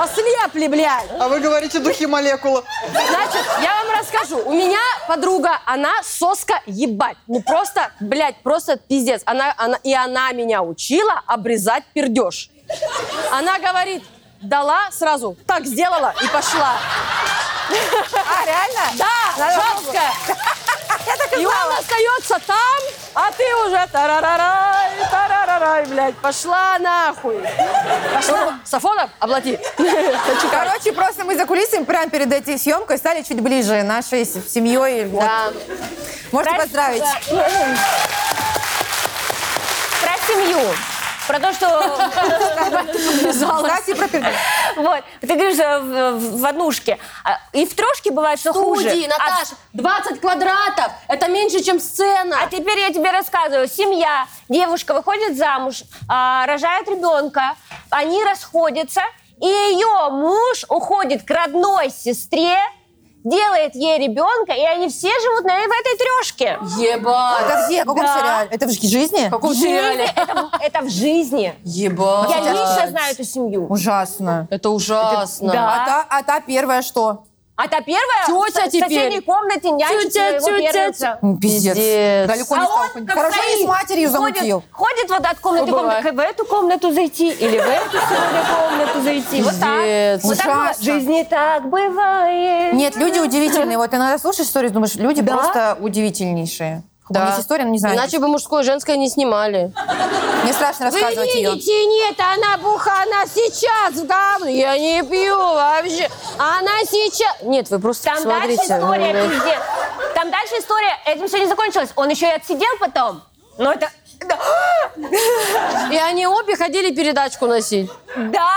Speaker 1: Ослепли, блядь.
Speaker 2: А вы говорите духи молекула.
Speaker 1: Значит, я вам расскажу. У меня подруга, она соска ебать. Ну просто, блядь, просто пиздец. Она, она, и она меня учила обрезать пердеж. Она говорит, дала сразу, так сделала и пошла.
Speaker 3: А, реально?
Speaker 1: Да, жесткая. И он остается там, а ты уже тарарарай, тарарарай, блядь, пошла нахуй. Пошла. Сафонов, оплати.
Speaker 3: Короче, просто мы за кулисами прямо перед этой съемкой стали чуть ближе нашей с- семьей. Вот.
Speaker 1: Да.
Speaker 3: Можете поздравить.
Speaker 4: Про семью. Про то, что
Speaker 3: Кстати, про пердеж.
Speaker 4: вот, ты говоришь э, в, в- в однушке. А, И в трошке бывает, что хуже.
Speaker 1: Студии,
Speaker 4: А
Speaker 1: Наташ, 20 квадратов, это меньше, чем сцена.
Speaker 4: А теперь я тебе рассказываю. Семья, девушка выходит замуж, а, рожает ребенка, они расходятся, и ее муж уходит к родной сестре, делает ей ребенка, и они все живут на, в этой трешке.
Speaker 1: Ебать.
Speaker 3: Это где? В каком
Speaker 4: Да.
Speaker 3: сериале? Это в жизни?
Speaker 1: В каком сериале?
Speaker 4: Это, это в жизни.
Speaker 1: Ебать.
Speaker 4: Я лично знаю эту семью.
Speaker 3: Ужасно.
Speaker 1: Это ужасно.
Speaker 4: Да.
Speaker 3: А та, а та первая что?
Speaker 4: А та первая
Speaker 1: Тетя
Speaker 4: в соседней
Speaker 1: теперь.
Speaker 4: комнате нянчит
Speaker 1: Тетя,
Speaker 4: своего
Speaker 1: тетя,
Speaker 4: первенца.
Speaker 3: Ну, Пиздец.
Speaker 1: Пиздец.
Speaker 3: Далеко
Speaker 4: А
Speaker 3: не стал.
Speaker 4: он
Speaker 3: ходить.
Speaker 4: как
Speaker 3: Хорошо, не с
Speaker 4: стоит,
Speaker 3: матерью
Speaker 4: ходит-
Speaker 3: замутил.
Speaker 4: Ходит вот от комнаты к
Speaker 1: Бывает.
Speaker 4: комнате, в эту комнату зайти или в эту сегодня комнату зайти. Вот так.
Speaker 1: Пиздец.
Speaker 4: Вот так вот в
Speaker 3: Ужасно.
Speaker 4: жизни так бывает.
Speaker 3: Нет, люди удивительные. Вот иногда слушаешь историю, думаешь, люди
Speaker 4: Да?
Speaker 3: просто удивительнейшие. У них есть история, ну не знаю.
Speaker 1: Иначе бы мужское и женское не снимали.
Speaker 3: Мне страшно рассказывать ее.
Speaker 1: нет, она буха, она сейчас в говно. Я не пью вообще. Она сейчас... Нет, вы просто
Speaker 4: Там
Speaker 1: смотрите.
Speaker 4: дальше история,
Speaker 1: ну, блядь.
Speaker 4: пиздец. Там дальше история, этим все не закончилось. Он еще и отсидел потом. Но это... Да!
Speaker 1: И они обе ходили передачку носить.
Speaker 4: да.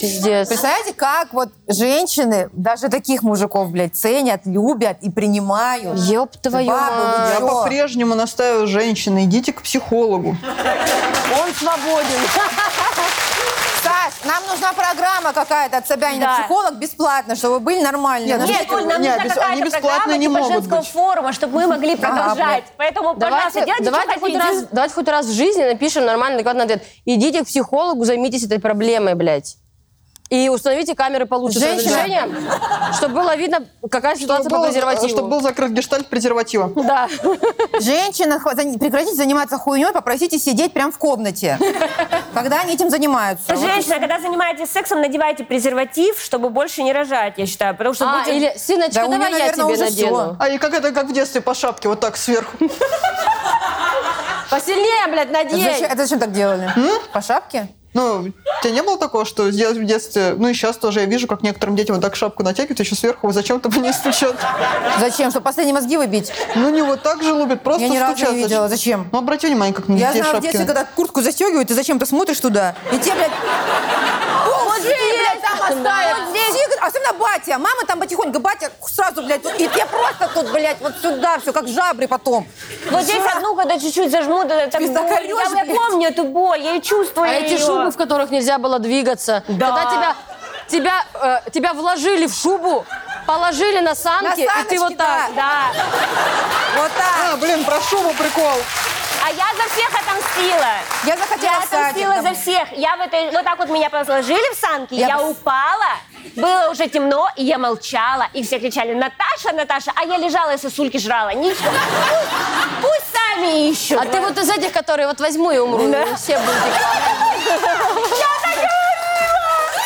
Speaker 1: Пиздец.
Speaker 3: Представляете, как вот женщины даже таких мужиков, блядь, ценят, любят и принимают.
Speaker 1: Ёб твою
Speaker 3: Бабы, вы
Speaker 1: мать.
Speaker 2: Я
Speaker 3: чё?
Speaker 2: по-прежнему настаиваю женщины, идите к психологу.
Speaker 1: Он свободен.
Speaker 3: Саш, нам нужна программа какая-то от Собянина
Speaker 4: Да.
Speaker 3: психолог бесплатно, чтобы вы были нормальные.
Speaker 2: Нет,
Speaker 3: Ну,
Speaker 2: Подождите,
Speaker 4: Нет, Оль, нам
Speaker 2: не,
Speaker 4: нужна
Speaker 2: без- они
Speaker 4: какая-то
Speaker 2: бесплатно
Speaker 4: программа
Speaker 2: не
Speaker 4: типа
Speaker 2: могут
Speaker 4: женского
Speaker 2: быть.
Speaker 4: форума, чтобы мы могли продолжать. Поэтому, пожалуйста,
Speaker 1: Давайте,
Speaker 4: делайте,
Speaker 1: давайте
Speaker 4: что
Speaker 1: хоть,
Speaker 4: хотите.
Speaker 1: раз, давайте хоть раз в жизни напишем нормальный адекватный ответ. Идите к психологу, займитесь этой проблемой, блядь. И установите камеры получше
Speaker 3: Женщина.
Speaker 1: чтобы было видно, какая ситуация
Speaker 2: Было-
Speaker 1: по презервативу.
Speaker 2: Чтобы был закрыт гештальт презерватива.
Speaker 1: Да.
Speaker 3: Женщина, хва- зан- прекратите заниматься хуйней, попросите сидеть прям в комнате, когда они этим занимаются. Вот.
Speaker 4: Женщина, когда занимаетесь сексом, надевайте презерватив, чтобы больше не рожать, я считаю. Потому что
Speaker 1: А,
Speaker 4: будет-
Speaker 1: или, сыночка,
Speaker 3: Да у меня,
Speaker 1: давай я
Speaker 3: наверное,
Speaker 1: тебе
Speaker 3: уже всё.
Speaker 1: надену.
Speaker 2: А и как это, как в детстве, по шапке, вот так сверху.
Speaker 1: Посильнее, блядь,
Speaker 3: Это
Speaker 1: надень.
Speaker 3: зачем, это зачем так делали? По шапке?
Speaker 2: Ну, у тебя не было такого, что сделать в детстве... Ну, и сейчас тоже я вижу, как некоторым детям вот так шапку натягивают, еще сверху зачем-то по ней стучат.
Speaker 3: Зачем? Что, последние мозги выбить?
Speaker 2: Ну, не вот так же любят, просто
Speaker 3: Я ни разу
Speaker 2: стучат.
Speaker 3: не видела. Зачем?
Speaker 2: Ну, обрати внимание, как на
Speaker 3: Я
Speaker 2: детей
Speaker 3: знала в
Speaker 2: шапки.
Speaker 3: детстве, когда куртку застегивают, ты зачем-то смотришь туда, и тебе, блядь, вот здесь, блядь, там оставят. Вот здесь. Тигр, Особенно батя. Мама там потихоньку, батя сразу, блядь, вот, и тебе просто тут, блядь, вот сюда все, как жабры потом.
Speaker 4: Вот здесь одну, когда чуть-чуть зажму, да, так
Speaker 3: Ты
Speaker 4: боль. Я-
Speaker 3: закорёшь,
Speaker 4: Я,
Speaker 3: блядь.
Speaker 4: помню эту боль, я и чувствую
Speaker 1: А эти
Speaker 4: её.
Speaker 1: шубы, в которых нельзя было двигаться.
Speaker 4: Да.
Speaker 1: Когда тебя, тебя, э, тебя вложили в шубу, положили на санки, и
Speaker 3: саночки,
Speaker 1: ты вот
Speaker 3: да.
Speaker 1: так.
Speaker 4: Да.
Speaker 3: Вот так.
Speaker 2: А, блин, про шубу прикол.
Speaker 4: А я за всех отомстила.
Speaker 3: Я захотела
Speaker 4: Я
Speaker 3: в садик,
Speaker 4: отомстила
Speaker 3: там.
Speaker 4: за всех. Я в этой, вот так вот меня положили в санки,
Speaker 3: Я
Speaker 4: я,
Speaker 3: бы-
Speaker 4: упала, было уже темно, и я молчала. И все кричали, Наташа, Наташа, а я лежала и сосульки жрала. Ничего. Пусть, пусть сами ищут.
Speaker 1: А ты вот из этих, которые вот возьму и умру, и все будут такие.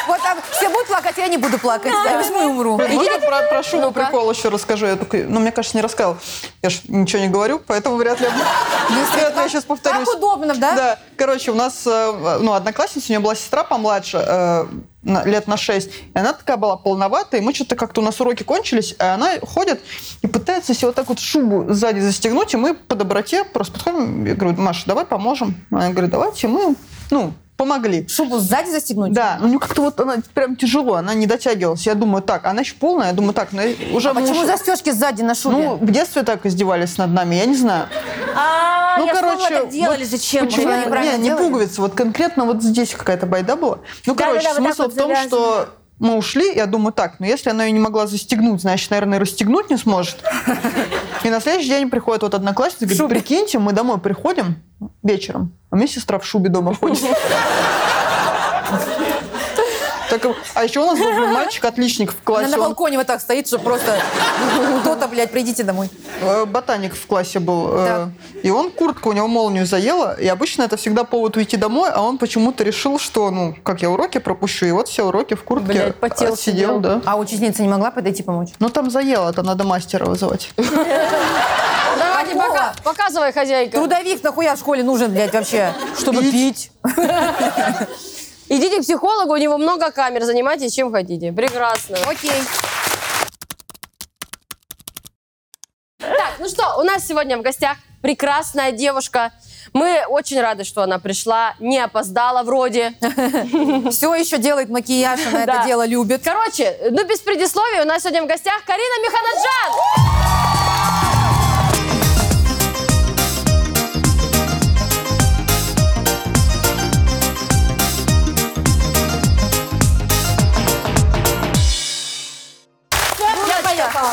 Speaker 3: Вот там все будут плакать, а я не буду плакать. Я возьму и умру.
Speaker 2: Блин, можно про, про шубу
Speaker 1: Ну-ка.
Speaker 2: прикол еще расскажу? Я такой, ну, мне кажется, не рассказал. Я ж ничего не говорю, поэтому вряд ли... Вряд ли я сейчас повторюсь.
Speaker 3: Так удобно, да?
Speaker 2: Да. Короче, у нас, э, ну, одноклассница, у нее была сестра помладше, э, на- лет на 6. И она такая была полноватая, и мы что-то как-то у нас уроки кончились, а она ходит и пытается себе вот так вот шубу сзади застегнуть, и мы по доброте просто подходим, я говорю, Маша, давай поможем. Она говорит, давайте, и мы, ну, помогли.
Speaker 3: Шубу сзади застегнуть?
Speaker 2: Да, ну как-то вот она прям тяжело, она не дотягивалась. Я думаю, так, она еще полная, я думаю, так, но уже...
Speaker 3: А
Speaker 2: мы
Speaker 3: почему
Speaker 2: уж-
Speaker 3: застежки сзади на шубе?
Speaker 2: Ну, в детстве так издевались над нами, я не знаю.
Speaker 4: А,
Speaker 2: ну,
Speaker 4: я вспомнила,
Speaker 2: короче,
Speaker 4: так делали,
Speaker 2: вот
Speaker 4: зачем?
Speaker 2: Почему?
Speaker 3: Было
Speaker 2: Не,
Speaker 3: неправильно
Speaker 2: не
Speaker 3: делали?
Speaker 2: пуговицы, вот конкретно вот здесь какая-то байда была. Ну,
Speaker 4: Да,
Speaker 2: короче,
Speaker 4: да, да, вот так
Speaker 2: смысл
Speaker 4: вот
Speaker 2: в том, что мы ушли, я думаю, так, ну если она ее не могла застегнуть, значит, наверное, и расстегнуть не сможет. И на следующий день приходит вот одноклассница, говорит, прикиньте, мы домой приходим вечером, а у меня сестра в шубе дома ходит. Так, а еще у нас был блин, мальчик-отличник в
Speaker 3: Она
Speaker 2: классе.
Speaker 3: на
Speaker 2: он
Speaker 3: балконе вот так стоит, что просто кто-то, блядь, придите домой.
Speaker 2: Э, ботаник в классе был.
Speaker 3: Так.
Speaker 2: э, И он куртку, у него молнию заела. И обычно это всегда повод уйти домой, а он почему-то решил, что, ну, как я уроки пропущу, и вот все уроки в куртке
Speaker 1: Блядь, потел,
Speaker 2: сидел,
Speaker 1: сидел.
Speaker 2: да.
Speaker 3: А учительница не могла подойти помочь?
Speaker 2: Ну, там заело, там надо мастера вызывать.
Speaker 1: Давайте,
Speaker 3: Какого?
Speaker 1: пока- показывай, хозяйка.
Speaker 3: Трудовик нахуя в школе нужен, блядь, вообще? Чтобы пить.
Speaker 1: Идите к психологу, у него много камер, занимайтесь чем хотите. Прекрасно.
Speaker 3: Окей.
Speaker 1: Так, ну что, у нас сегодня в гостях прекрасная девушка. Мы очень рады, что она пришла, не опоздала вроде.
Speaker 3: Все еще делает макияж, она это
Speaker 1: Да.
Speaker 3: дело любит.
Speaker 1: Короче, ну без предисловий, у нас сегодня в гостях Карина Миханаджан.
Speaker 6: Я поехала.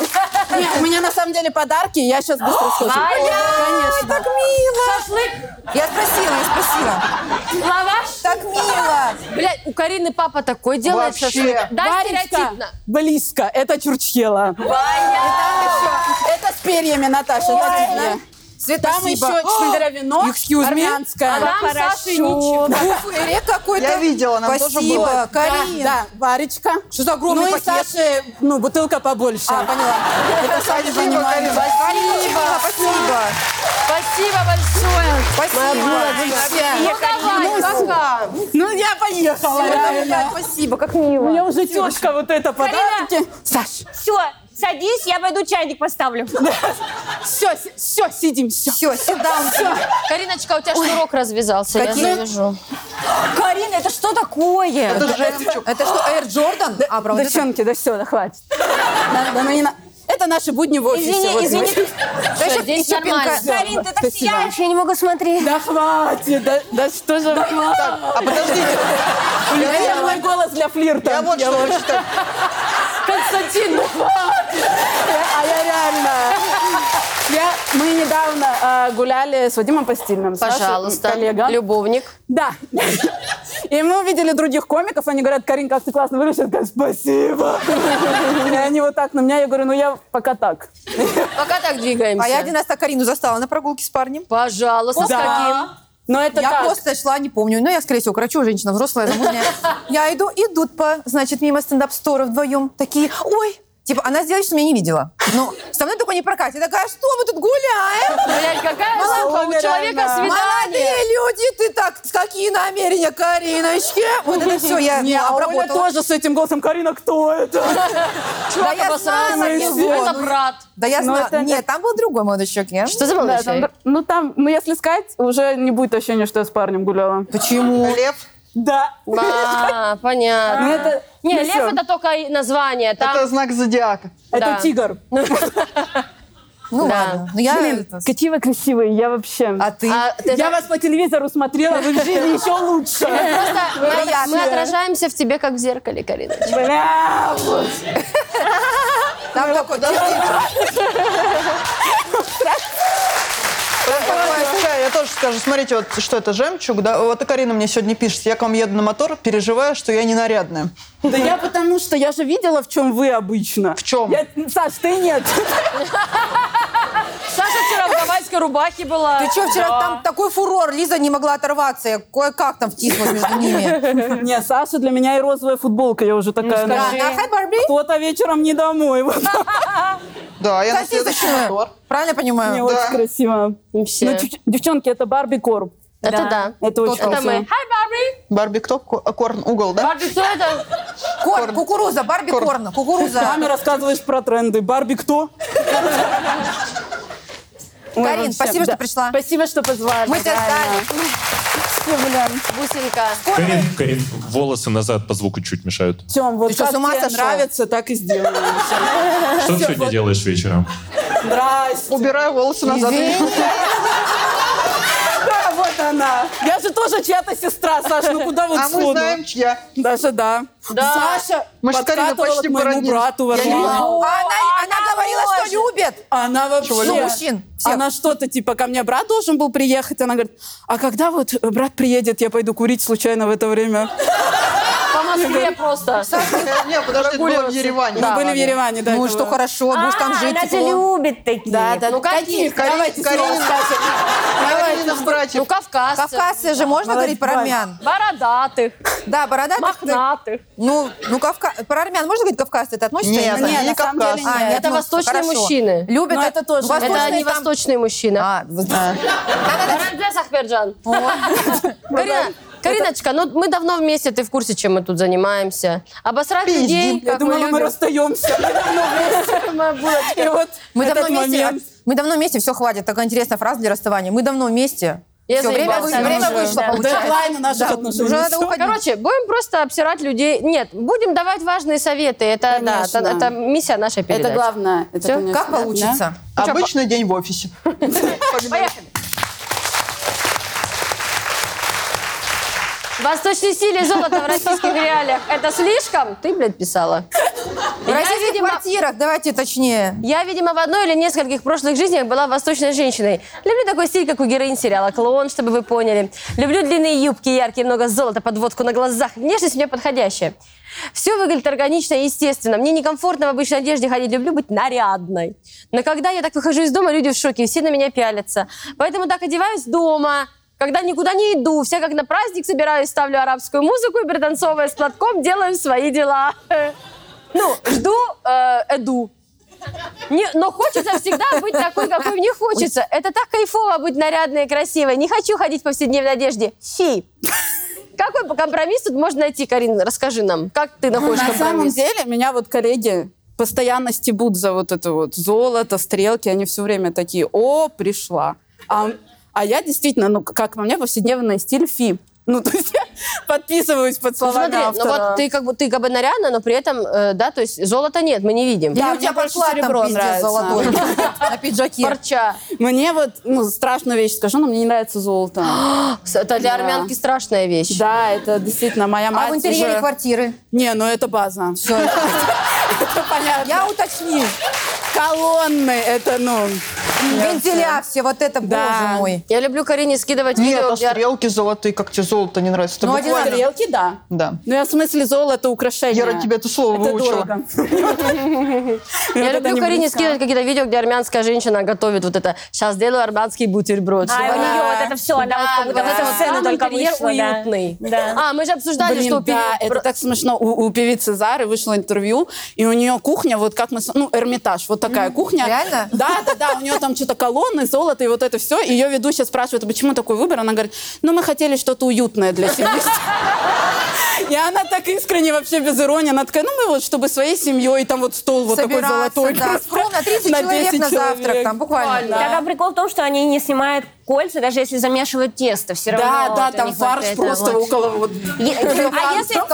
Speaker 6: Не, у меня на самом деле подарки, я сейчас быстро скажу. Конечно.
Speaker 3: Так мило. Я спросила, я спросила.
Speaker 1: Лаваш?
Speaker 3: Так мило.
Speaker 1: Блядь, у Карины папа такой делает
Speaker 2: Вообще.
Speaker 1: шашлык. Да, стереотипно.
Speaker 6: Варечка, близко, это чурчхела. Это с перьями, Наташа, это тебе.
Speaker 3: Света,
Speaker 6: Там еще чпиндера вино,
Speaker 3: Excuse me?
Speaker 1: А
Speaker 6: армянское.
Speaker 1: там Саши ничего.
Speaker 3: Буферек какой-то.
Speaker 2: Я видела, нам тоже
Speaker 3: Спасибо,
Speaker 2: было.
Speaker 3: Карин.
Speaker 6: Да, да, Варечка.
Speaker 3: Что за огромный
Speaker 6: ну
Speaker 3: пакет?
Speaker 6: и Саше, ну, бутылка побольше.
Speaker 3: А, поняла.
Speaker 6: это Саша понимает.
Speaker 3: Карин, очень мило, спасибо.
Speaker 1: Спасибо большое.
Speaker 3: Спасибо.
Speaker 1: Ну давай, пока.
Speaker 6: Ну, я поехала, реально.
Speaker 3: Спасибо, как мило.
Speaker 6: Мне уже тетка вот это подарки. Саш,
Speaker 4: Все, садись, я пойду чайник поставлю.
Speaker 6: все, все, сидим, все.
Speaker 3: Все, сюда.
Speaker 1: Кариночка, у тебя шнурок развязался, я
Speaker 3: Какие?
Speaker 1: завяжу.
Speaker 4: Карина, это что такое?
Speaker 2: Это жемчуг.
Speaker 3: Это что, Air Jordan? А, правда?
Speaker 6: Девчонки, да все, да хватит. Да, да, ну не на- Это наши будни в офисе.
Speaker 4: Извини,
Speaker 6: вот.
Speaker 4: извини.
Speaker 3: Да еще-
Speaker 1: здесь
Speaker 3: еще
Speaker 1: нормально.
Speaker 3: пинка-
Speaker 4: Карин, ты так
Speaker 6: Спасибо.
Speaker 4: сияешь, я не могу смотреть.
Speaker 6: Да хватит, да, да что же вы?
Speaker 2: А подождите,
Speaker 6: Это мой голос для флирта.
Speaker 2: я вот что хочу сказать.
Speaker 6: Константин, ну хватит! А я реально... Я, мы недавно э, гуляли с Вадимом Постильным. с нашим
Speaker 1: Пожалуйста.
Speaker 6: коллега.
Speaker 1: Любовник.
Speaker 6: Да. И мы увидели других комиков, они говорят, Карин, как ты классно выглядишь. Я такая, спасибо. И они вот так на меня, я говорю, ну я пока так.
Speaker 1: Пока так двигаемся.
Speaker 3: А я один раз так Карину застала на прогулке с парнем.
Speaker 1: Пожалуйста, с каким?
Speaker 6: Но это
Speaker 3: я
Speaker 6: так.
Speaker 3: просто шла, не помню. Но я, скорее всего, крачу, женщина взрослая, замужняя. Я иду, идут по, значит, мимо стендап-стора вдвоем. Такие, ой, Типа, она сделает, что меня не видела. Ну, со мной только не прокатит. Я такая, «А что мы тут гуляем?
Speaker 1: Блядь, какая
Speaker 6: Мало-
Speaker 1: сука, у
Speaker 6: Умираем,
Speaker 1: человека
Speaker 6: да.
Speaker 1: свидание.
Speaker 3: Молодые люди, ты так, какие намерения, Кариночки? Вот это все я
Speaker 6: Не,
Speaker 3: ну,
Speaker 6: а Оля
Speaker 3: обработала.
Speaker 6: тоже с этим голосом. Карина, кто это?
Speaker 1: Чувак
Speaker 3: я
Speaker 1: обосрался,
Speaker 3: знала
Speaker 1: нет,
Speaker 3: его,
Speaker 1: Это
Speaker 3: ну,
Speaker 1: брат.
Speaker 3: Да я
Speaker 6: Но
Speaker 3: знаю.
Speaker 6: это-
Speaker 3: Нет, там был другой молодой человек, нет?
Speaker 1: Что за молодой
Speaker 6: Да, там-
Speaker 1: человек?
Speaker 6: ну там, ну если сказать, уже не будет ощущения, что я с парнем гуляла.
Speaker 3: Почему?
Speaker 2: Лев.
Speaker 6: Да.
Speaker 1: А, понятно.
Speaker 6: Ну, это-
Speaker 1: Не,
Speaker 6: ну,
Speaker 1: лев
Speaker 6: всё.
Speaker 1: это только и название.
Speaker 2: Это
Speaker 1: Там
Speaker 2: знак зодиака.
Speaker 1: да.
Speaker 6: Это тигр.
Speaker 3: Ну
Speaker 1: Да.
Speaker 3: ладно. Ну я...
Speaker 6: Блин, какие вы красивые, я вообще...
Speaker 3: А ты?
Speaker 1: А, ты-
Speaker 6: Я вас по телевизору смотрела, вы в жизни еще лучше.
Speaker 1: просто мы, мы
Speaker 3: Приятно.
Speaker 1: отражаемся в тебе, как в зеркале, Карина.
Speaker 6: Бля, вот.
Speaker 3: Там такой... Там такой-
Speaker 2: Давай, такая, Я тоже скажу, смотрите, вот что это, жемчуг, да? Вот и Карина мне сегодня пишет, я к вам еду на мотор, переживаю, что я не нарядная.
Speaker 6: Да я потому что, я же видела, в чем вы обычно.
Speaker 2: В чем?
Speaker 6: Я- Саш, ты нет.
Speaker 1: Саша вчера в гавайской рубахе была.
Speaker 3: Ты что, вчера
Speaker 1: Да.
Speaker 3: там такой фурор, Лиза не могла оторваться, я кое-как там втиснулась между ними.
Speaker 6: Не, Саша для меня и розовая футболка, я уже
Speaker 3: Да,
Speaker 6: такая. ну,
Speaker 3: она, хай, Барби,
Speaker 6: Кто-то вечером не домой. Вот
Speaker 2: Да, я на следующий
Speaker 3: сосисочную.
Speaker 2: мотор.
Speaker 3: Правильно
Speaker 6: мне
Speaker 3: понимаю?
Speaker 6: очень красиво.
Speaker 1: Все.
Speaker 6: Ну, дев- девчонки, это Барби Корп.
Speaker 1: Это да.
Speaker 6: Это очень
Speaker 1: Это
Speaker 6: красиво.
Speaker 1: мы. Хай, Барби!
Speaker 2: Барби кто? Ко- а, Корн угол, да?
Speaker 1: Барби, кто это?
Speaker 3: Корм, кукуруза, Барби
Speaker 2: Корм.
Speaker 3: корм, кукуруза.
Speaker 6: Сами рассказываешь про тренды. Барби кто? Ой,
Speaker 3: Карин,
Speaker 6: вообще,
Speaker 3: спасибо, что
Speaker 6: да.
Speaker 3: пришла.
Speaker 6: Спасибо, что позвали.
Speaker 3: Мы тебя
Speaker 6: реально.
Speaker 3: ждали.
Speaker 6: Спасибо, бля.
Speaker 1: Бусинка.
Speaker 5: Карин, Карин, волосы назад по звуку чуть мешают.
Speaker 6: Тём, вот
Speaker 3: Ты что,
Speaker 6: как
Speaker 3: с ума
Speaker 6: тебе
Speaker 3: сошел?
Speaker 6: нравится, так и сделаем.
Speaker 5: Что ты сегодня делаешь вечером?
Speaker 6: Здрасте.
Speaker 2: Убираю волосы назад.
Speaker 6: Да, вот она. Я же тоже чья-то сестра, Саш, ну куда вот
Speaker 2: А мы
Speaker 6: сходу?
Speaker 2: знаем, чья.
Speaker 6: Даже да.
Speaker 1: Да.
Speaker 6: Саша
Speaker 2: Мы ж с Кариной
Speaker 6: подкатывала
Speaker 2: почти
Speaker 6: к моему
Speaker 2: породнились.
Speaker 6: брату в
Speaker 2: Я не
Speaker 6: Орле.
Speaker 2: знала.
Speaker 3: Она, она говорила, что любит.
Speaker 6: Она вообще...
Speaker 3: Ну, мужчин, всех.
Speaker 6: Она что-то типа, ко мне брат должен был приехать. Она говорит, а когда вот э, брат приедет, я пойду курить случайно в это время.
Speaker 1: По Москве просто.
Speaker 2: Не, подожди, это было в Ереване.
Speaker 6: Мы были в Ереване, да.
Speaker 3: Ну
Speaker 6: это
Speaker 3: что,
Speaker 6: было.
Speaker 3: хорошо, будешь там
Speaker 4: А,
Speaker 3: жить. типа.
Speaker 4: Она тебя
Speaker 3: тепло.
Speaker 4: любит такие. А,
Speaker 6: Да, да.
Speaker 1: Ну, каких?
Speaker 6: Каких? Давайте
Speaker 2: Карина-
Speaker 6: снова скажем.
Speaker 2: А
Speaker 6: Давайте.
Speaker 2: Каринина в братьев.
Speaker 1: Ну, кавказцев.
Speaker 3: Кавказцы же можно
Speaker 6: Молодец,
Speaker 3: говорить про
Speaker 6: Вань.
Speaker 3: армян?
Speaker 1: Бородатых,
Speaker 3: Да, бородатых.
Speaker 1: мохнатых.
Speaker 3: Ну, ну Кавка... про армян можно говорить кавказцы? Это относится?
Speaker 2: Нет,
Speaker 3: или
Speaker 6: Нет,
Speaker 2: они
Speaker 6: на самом
Speaker 2: кавказцы.
Speaker 6: деле нет.
Speaker 1: Это
Speaker 3: ну,
Speaker 1: восточные
Speaker 3: хорошо.
Speaker 1: мужчины.
Speaker 3: Любят
Speaker 6: Но это тоже
Speaker 3: Ну,
Speaker 6: нет.
Speaker 1: Это
Speaker 3: восточные
Speaker 1: не
Speaker 3: там-
Speaker 1: восточный мужчина.
Speaker 3: А, вот- Надо-
Speaker 1: Карандес Ахмерджан. Карина, Кариночка, ну мы давно вместе, ты в курсе, чем мы тут занимаемся. Обосрать
Speaker 2: Пиздим.
Speaker 1: людей,
Speaker 6: Я
Speaker 1: как мы
Speaker 6: думала, мы
Speaker 1: любим.
Speaker 6: расстаемся. Мы давно вместе. И вот
Speaker 3: Мы
Speaker 6: этот
Speaker 3: давно вместе.
Speaker 6: момент.
Speaker 3: а, Мы давно вместе, все хватит. Такая интересная фраза для расставания. Мы давно вместе.
Speaker 1: Я
Speaker 3: Всё, время,
Speaker 1: заебалась,
Speaker 3: вы- время
Speaker 1: оружие.
Speaker 3: вышло,
Speaker 1: Да.
Speaker 3: получается.
Speaker 6: Дедлайны наших
Speaker 3: Да,
Speaker 6: отношений. Ну
Speaker 3: Уже надо
Speaker 6: Всё.
Speaker 3: уходить.
Speaker 1: Ну, Короче, будем просто обсирать людей. Нет, будем давать важные советы. Это, да, это,
Speaker 6: Конечно.
Speaker 1: это миссия нашей передачи.
Speaker 6: Это главное. Это,
Speaker 1: Всё?
Speaker 6: конечно,
Speaker 3: как получится?
Speaker 2: Обычный день в офисе.
Speaker 1: Поехали. Восточной силе золото в российских реалиях. Это слишком? Ты, блядь, писала.
Speaker 3: В
Speaker 1: Я,
Speaker 3: российских
Speaker 1: видимо,
Speaker 3: квартирах, давайте точнее.
Speaker 1: Я, видимо, в одной или нескольких прошлых жизнях была восточной женщиной. Люблю такой стиль, как у героинь сериала «Клоун», чтобы вы поняли. Люблю длинные юбки, яркие, много золота, подводку на глазах. Внешность у меня подходящая. Все выглядит органично и естественно. Мне некомфортно в обычной одежде ходить. Люблю быть нарядной. Но когда я так выхожу из дома, люди в шоке, все на меня пялятся. Поэтому так одеваюсь дома, когда никуда не иду, вся как на праздник собираюсь, ставлю арабскую музыку и, пританцовывая с платком, делаю свои дела. Ну, жду э, Эду. Не- но хочется всегда быть такой, какой мне хочется. Это так кайфово быть нарядной и красивой. Не хочу ходить в повседневной одежде. Фи. Какой компромисс тут можно найти, Карин? Расскажи нам, как ты находишь
Speaker 6: Ну, На самом
Speaker 1: компромисс?
Speaker 6: деле, меня вот коллеги постоянно стебут за вот это вот золото, стрелки. Они все время такие, о, пришла. А, а я действительно, ну, как во мне, повседневный стиль фи. Ну, то есть я подписываюсь под
Speaker 1: Ну,
Speaker 6: словами
Speaker 1: Смотри, ну
Speaker 6: автора.
Speaker 1: вот ты как бы ты как бы нарядна, но при этом, э, да, то есть золота нет, мы не видим.
Speaker 6: Да,
Speaker 3: Я у
Speaker 6: мне
Speaker 3: тебя
Speaker 6: больше
Speaker 3: пошла там
Speaker 6: серебро
Speaker 3: пиздец
Speaker 6: нравится.
Speaker 3: золотой на пиджаке.
Speaker 1: Парча.
Speaker 6: Мне вот, ну, страшную вещь скажу, но мне не нравится золото.
Speaker 1: Это для
Speaker 6: Да.
Speaker 1: армянки страшная вещь.
Speaker 6: да, это действительно моя мать
Speaker 3: А в интерьере
Speaker 6: уже-
Speaker 3: квартиры.
Speaker 6: Не, ну это база.
Speaker 3: Всё.
Speaker 6: Это понятно.
Speaker 3: Я уточню.
Speaker 6: Колонны, это, ну...
Speaker 3: Вентиляция, вот это,
Speaker 6: Да.
Speaker 3: боже мой.
Speaker 1: Я люблю Карине скидывать
Speaker 2: Нет,
Speaker 1: видео,
Speaker 2: а
Speaker 1: где-
Speaker 2: стрелки золотые, как тебе золото не нравится? Это
Speaker 3: Ну,
Speaker 2: буквально-
Speaker 3: Ладно.
Speaker 6: Тарелки, да.
Speaker 2: Да.
Speaker 6: Ну, я в смысле золото, украшение.
Speaker 2: Яра, тебе это слово
Speaker 6: Это
Speaker 2: выучила.
Speaker 6: дорого.
Speaker 1: Я люблю Карине скидывать какие-то видео, где армянская женщина готовит вот это. Сейчас делаю армянский бутерброд.
Speaker 4: А, у
Speaker 1: Да.
Speaker 4: нее вот это все, да, вот как будто
Speaker 1: вот это
Speaker 4: в эту
Speaker 1: вот
Speaker 4: сцену
Speaker 1: там
Speaker 4: только
Speaker 1: интерьер
Speaker 4: вышло, да.
Speaker 1: уютный.
Speaker 4: Да.
Speaker 1: А, мы же обсуждали,
Speaker 6: Блин,
Speaker 1: что
Speaker 6: да,
Speaker 1: пи-
Speaker 6: это так смешно. У, у певицы Зары вышло интервью, и у нее кухня, вот как мы... с- Ну, Эрмитаж, вот такая кухня.
Speaker 3: Реально?
Speaker 6: Да, да, да, у нее там что-то колонны, золото и вот это все. Ее ведущая спрашивает, «А почему такой выбор? Она говорит, ну, мы хотели что-то уютное для семьи. И она так искренне, вообще без иронии, она такая, ну, мы вот, чтобы своей семьей, там вот стол вот такой
Speaker 3: Собираться,
Speaker 6: золотой.
Speaker 3: да.
Speaker 6: просто
Speaker 3: Скромно, 30 человек
Speaker 6: 10
Speaker 3: на завтрак,
Speaker 6: человек.
Speaker 3: там, буквально.
Speaker 6: Да.
Speaker 4: А, Тогда прикол в том, что они не снимают кольца, даже если замешивают тесто, все
Speaker 6: Да,
Speaker 4: равно.
Speaker 6: да,
Speaker 4: вот у
Speaker 6: там
Speaker 4: них
Speaker 6: фарш
Speaker 4: вот это
Speaker 6: просто
Speaker 4: вот.
Speaker 6: около... вот-
Speaker 4: Е- А
Speaker 3: Там
Speaker 4: если,
Speaker 3: камня,
Speaker 4: но с другой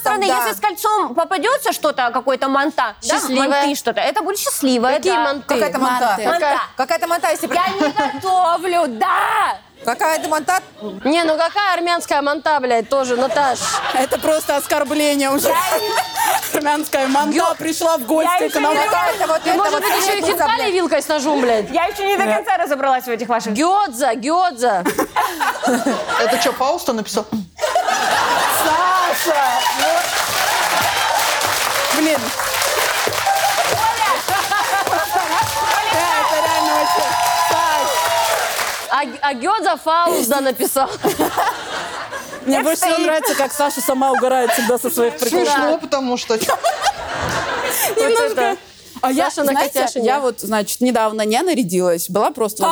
Speaker 4: стороны,
Speaker 3: там, да.
Speaker 4: если с кольцом попадется что-то, какой-то манта, да,
Speaker 1: Счастливое.
Speaker 4: манты что-то, это будет счастливое.
Speaker 1: Какие
Speaker 4: да.
Speaker 1: манты?
Speaker 3: Какая-то монта.
Speaker 6: Манты.
Speaker 4: Манта.
Speaker 3: Какая-то монта, если...
Speaker 4: Я не готовлю, да!
Speaker 3: Какая-то монта,
Speaker 1: Не, ну какая армянская манта, блядь, тоже, Наташ.
Speaker 6: Это просто оскорбление уже. Армянская манта пришла в
Speaker 4: Я
Speaker 6: гости
Speaker 4: еще
Speaker 6: к нам.
Speaker 4: не
Speaker 3: какая-то вот это
Speaker 1: Может
Speaker 3: вот
Speaker 1: быть, еще и
Speaker 3: хлебница,
Speaker 1: хинкали вилкой с ножом, блядь.
Speaker 4: Я еще не до конца разобралась в этих ваших...
Speaker 1: Гёдза, гёдза.
Speaker 2: Это что, Фауста написал?
Speaker 6: Саша! ну. Блин. Да, это реально вообще. Саш,
Speaker 1: А, а гёдза Фаузда написал.
Speaker 6: Мне больше всего нравится, как Саша сама угорает всегда со своих приколов.
Speaker 2: Смешно, потому что... чё?
Speaker 1: Немножко.
Speaker 6: А я,
Speaker 1: Саша на
Speaker 6: знаете,
Speaker 1: Катяшине.
Speaker 6: я вот, значит, недавно не нарядилась, была просто...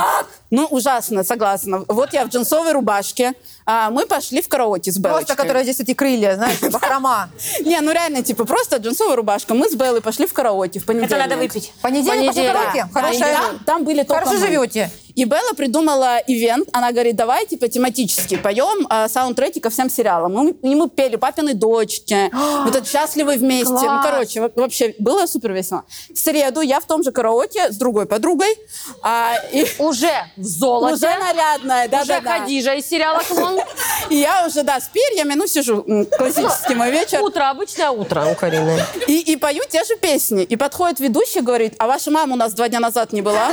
Speaker 6: Ну, ужасно, согласна. Вот я в джинсовой рубашке. а мы пошли в караоке с Белочкой.
Speaker 3: Просто, которая здесь эти крылья, знаешь, типа бахрома.
Speaker 6: Не, ну реально, типа, просто джинсовая рубашка. Мы с Беллой пошли в караоке в понедельник.
Speaker 4: Это надо выпить.
Speaker 3: Понедельник, пошли
Speaker 1: Понедельник.
Speaker 3: караоке.
Speaker 6: Да, и
Speaker 3: Хорошая.
Speaker 6: там, там были только
Speaker 3: Хорошо
Speaker 6: мы.
Speaker 3: живете.
Speaker 6: И Белла придумала ивент. Она говорит, давай, типа, тематически поем э, саундтреки ко всем сериалам. Ну, И мы, и мы пели «Папины дочки», вот это «Счастливы вместе». Ну, короче, во- вообще было супер весело. В среду я в том же караоке с другой подругой. а, и
Speaker 1: Уже в золоте.
Speaker 6: уже нарядная, да,
Speaker 1: Уже
Speaker 6: да, да.
Speaker 1: Хадижа из сериала «Клон».
Speaker 6: И я уже, да, с перьями, ну, сижу, м, классический мой вечер.
Speaker 1: Утро, обычное утро у Карины.
Speaker 6: И, и пою те же песни. И подходит ведущий, говорит, а ваша мама у нас два дня назад не была?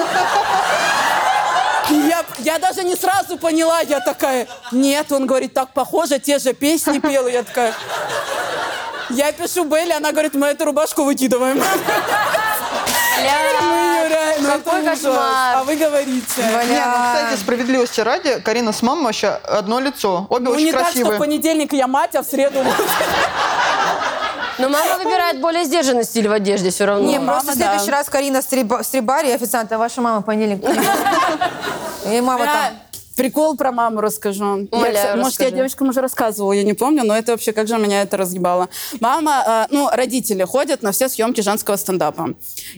Speaker 6: И Я, я даже не сразу поняла, я такая, нет, он говорит, так похоже, те же песни пела, я такая, я пишу Белли, она говорит, мы эту рубашку выкидываем. Мы ее реально, это
Speaker 1: какой
Speaker 6: ужас.
Speaker 1: кошмар.
Speaker 6: А вы говорите.
Speaker 2: Не, ну, кстати, справедливости ради, Карина с мамой вообще одно лицо. Обе
Speaker 6: Ну
Speaker 2: очень
Speaker 6: не так, что в
Speaker 2: красивые.
Speaker 6: понедельник я мать, а в среду
Speaker 1: Но Ну, мама выбирает более сдержанный стиль в одежде все равно.
Speaker 3: Не,
Speaker 6: мама,
Speaker 3: просто в следующий
Speaker 6: да.
Speaker 3: раз Карина в стриба- в стрибаре, и официант, а ваша мама в понедельник. И мама там.
Speaker 6: Прикол про маму расскажу. Я,
Speaker 1: Умоляю,
Speaker 6: кстати, может, я
Speaker 1: расскажи.
Speaker 6: девочкам уже рассказывала, я не помню, но это вообще как же меня это разъебало. Мама, э, ну, родители ходят на все съемки женского стендапа.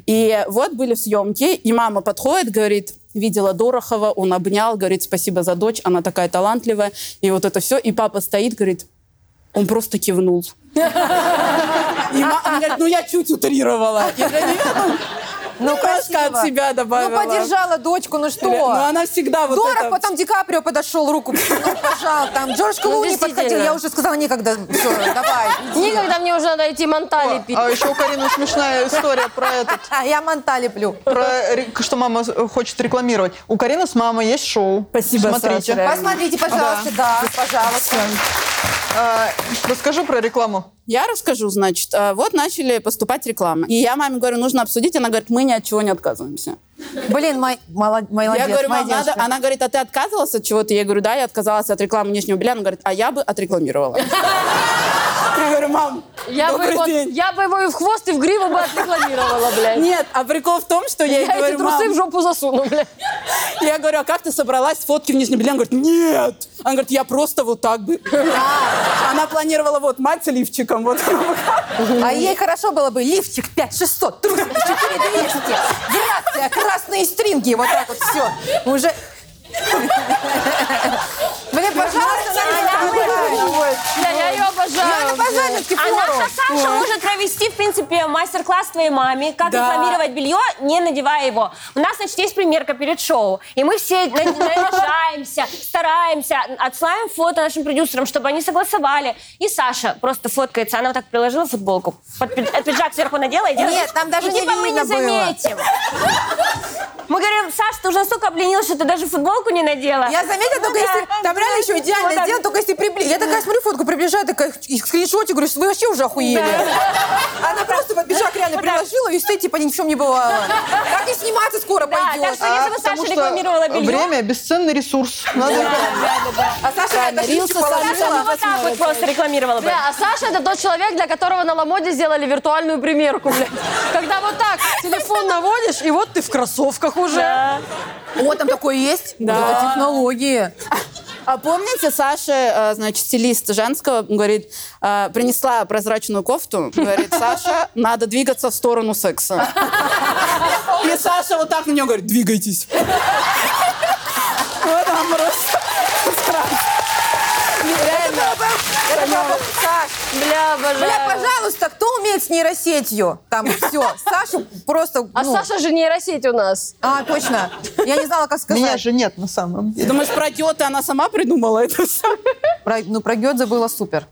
Speaker 6: И вот были съемки, и мама подходит, говорит, видела Дорохова, он обнял, говорит, спасибо за дочь, она такая талантливая, и вот это все. И папа стоит, говорит, он просто кивнул. И ма- она говорит, ну я чуть утрировала. И для нее, ну, немножко
Speaker 3: красиво.
Speaker 6: от себя
Speaker 3: Ну,
Speaker 6: добавила.
Speaker 3: поддержала дочку, ну что?
Speaker 6: Ну, она всегда вот
Speaker 3: Дорог,
Speaker 6: это-
Speaker 3: потом Ди Каприо подошел, руку ну, пожал, там Джордж Клуни
Speaker 1: действительно.
Speaker 3: подходил, я уже сказала, некогда, все, давай.
Speaker 1: Никогда мне уже надо идти монта лепить.
Speaker 2: А еще у Карины смешная история про этот.
Speaker 3: А я манта леплю.
Speaker 2: Про ре- что мама э, хочет рекламировать. У Карины с мамой есть шоу.
Speaker 6: Спасибо,
Speaker 2: Смотрите.
Speaker 6: Саша, реально.
Speaker 3: Посмотрите, пожалуйста, да, пожалуйста.
Speaker 2: А, расскажи про рекламу.
Speaker 6: Я расскажу, значит, э, вот начали поступать рекламы. И я маме говорю, нужно обсудить. Она говорит, мы ни от чего не отказываемся.
Speaker 3: Блин, мой, молод- молодец,
Speaker 6: я говорю,
Speaker 3: моя
Speaker 6: «Мам, надо...
Speaker 3: девочка.
Speaker 6: Она говорит, а ты отказывалась от чего-то? Я говорю, да, я отказалась от рекламы внешнего белья. Она говорит, а я бы отрекламировала. Я говорю, мам,
Speaker 1: Я бы,
Speaker 6: добрый
Speaker 1: вот-
Speaker 6: день.
Speaker 1: я бы его и в хвост, и в гриву бы отрекламировала, блядь.
Speaker 6: Нет, а прикол в том, что я ей
Speaker 1: Я эти
Speaker 6: говорю,
Speaker 1: трусы
Speaker 6: мам,
Speaker 1: в жопу засуну, блядь.
Speaker 6: я говорю, а как ты собралась фотки в нижнем белье? Она говорит, нет. Она говорит, я просто вот так бы. Она планировала вот мать с лифчиком. Вот.
Speaker 3: А ей хорошо было бы лифчик 5600, трусики 4200, грация, красные стринги, вот так вот все. Уже... Блин, пожалуйста,
Speaker 1: Бля, я ее
Speaker 3: Надо,
Speaker 1: обожаю.
Speaker 3: женский
Speaker 4: А
Speaker 3: форум.
Speaker 4: наша Саша может провести, в принципе, мастер-класс твоей маме, как
Speaker 6: Да.
Speaker 4: рекламировать белье, не надевая его. У нас, значит, есть примерка перед шоу. И мы все на- наряжаемся, стараемся, отсылаем фото нашим продюсерам, чтобы они согласовали. И Саша просто фоткается, она вот так приложила футболку, под пи- э, пиджак сверху надела и делает.
Speaker 3: Нет, там даже
Speaker 4: И
Speaker 3: не
Speaker 4: типа мы не
Speaker 3: видно было.
Speaker 4: заметим. Мы говорим, Саша, ты уже настолько обленилась, что ты даже футболку не надела.
Speaker 3: Я заметила, только если... Там реально еще
Speaker 4: Ну да.
Speaker 3: идеальное дело, только если приблизить. Я такая смотрю фотку, приближаю, такая и скриншотик, говорю, вы вообще уже охуели. Она просто под пиджак
Speaker 4: Ну
Speaker 3: реально приложила, и стоит, типа, ни в чем не бывало. Так и сниматься скоро
Speaker 4: Да,
Speaker 3: пойдешь.
Speaker 4: так а?
Speaker 2: А,
Speaker 4: что если бы
Speaker 2: потому
Speaker 4: Саша
Speaker 2: что
Speaker 4: рекламировала белье-
Speaker 2: Время – бесценный ресурс. Надо-
Speaker 3: А Саша
Speaker 6: Правильно,
Speaker 3: реально
Speaker 6: рилсы
Speaker 3: шишечку положила.
Speaker 6: Саша, ну,
Speaker 4: Саша вот так вот просто рекламировала бы.
Speaker 1: Бля, а Саша это тот человек, для которого на Ламоде сделали виртуальную примерку, блядь. Когда вот так телефон наводишь, и вот ты в кроссовках уже.
Speaker 3: О, там такое есть?
Speaker 6: Да.
Speaker 3: Вот это технологии.
Speaker 6: А помните, Саша, э, значит, стилист женского, говорит, э, принесла прозрачную кофту, говорит, Саша, надо двигаться в сторону секса. И Саша вот так на нее говорит, двигайтесь. Вот она просто. Реально.
Speaker 1: Бля, обожаю.
Speaker 3: Бля, пожалуйста, кто умеет с нейросетью? Там все. Сашу просто...
Speaker 1: А
Speaker 3: ну,
Speaker 1: Саша же нейросеть у нас.
Speaker 3: А, точно. Я не знала, как сказать.
Speaker 2: Меня же нет на самом
Speaker 6: Ты
Speaker 2: деле.
Speaker 6: думаешь, про Гёте она сама придумала это все?
Speaker 3: Про- ну, про Гёдзе было супер.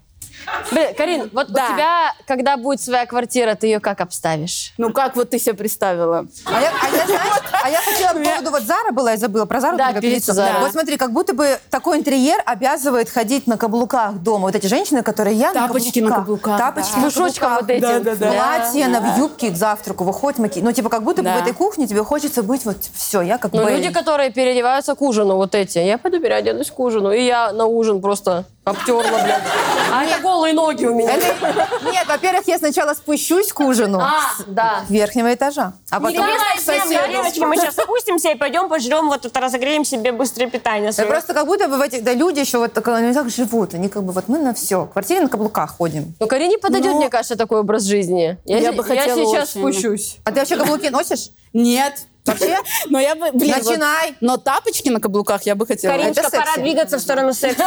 Speaker 1: Блин, Карин, вот
Speaker 6: Да.
Speaker 1: у тебя, когда будет своя квартира, ты ее как обставишь?
Speaker 6: Ну как вот ты себе представила?
Speaker 3: А я, а я, знаешь, а я хотела по поводу... Вот Зара была, я забыла. Про Зару.
Speaker 1: Да,
Speaker 3: только
Speaker 1: певица
Speaker 3: певицу.
Speaker 1: Зара.
Speaker 3: Вот смотри, как будто бы такой интерьер обязывает ходить на каблуках дома. Вот эти женщины, которые я
Speaker 6: Тапочки
Speaker 3: на
Speaker 6: на
Speaker 3: каблуках.
Speaker 6: каблуках,
Speaker 3: Тапочки
Speaker 1: да.
Speaker 3: на
Speaker 1: С мешочком
Speaker 3: каблуках.
Speaker 1: вот этим. Да, да, да.
Speaker 3: Платье на юбке к завтраку. Выходит макияж. Ну, типа, как будто бы
Speaker 6: Да.
Speaker 3: в этой кухне тебе хочется быть вот все. Я как
Speaker 1: Ну,
Speaker 3: Бейли.
Speaker 1: люди, которые переодеваются к ужину, вот эти. Я пойду переоденусь к ужину. И я на ужин просто обтерла, блядь. А это голые ноги у меня.
Speaker 3: Это- Нет, во-первых, я сначала спущусь к ужину
Speaker 1: А,
Speaker 3: с
Speaker 1: да.
Speaker 3: верхнего этажа. А
Speaker 4: Не
Speaker 3: потом...
Speaker 4: давай всем, Мариночки, мы сейчас опустимся и пойдем пожрем, вот тут разогреем себе быстрое питание.
Speaker 3: Да
Speaker 4: свое.
Speaker 3: Просто как будто бы в этих, да, люди еще вот так, они так живут, они как бы вот мы на все, в квартире на каблуках ходим.
Speaker 1: Ну, Карине подойдет, мне кажется, такой образ жизни.
Speaker 6: Я
Speaker 1: се-
Speaker 6: бы хотела
Speaker 1: сейчас
Speaker 6: очень.
Speaker 1: спущусь.
Speaker 3: А ты вообще каблуки носишь?
Speaker 6: Нет.
Speaker 3: Вообще?
Speaker 6: Но я бы, блин, вот-
Speaker 3: Начинай.
Speaker 6: но тапочки на каблуках я бы хотела.
Speaker 4: Кариночка,
Speaker 3: это
Speaker 4: пора
Speaker 3: секси.
Speaker 4: двигаться в сторону секса.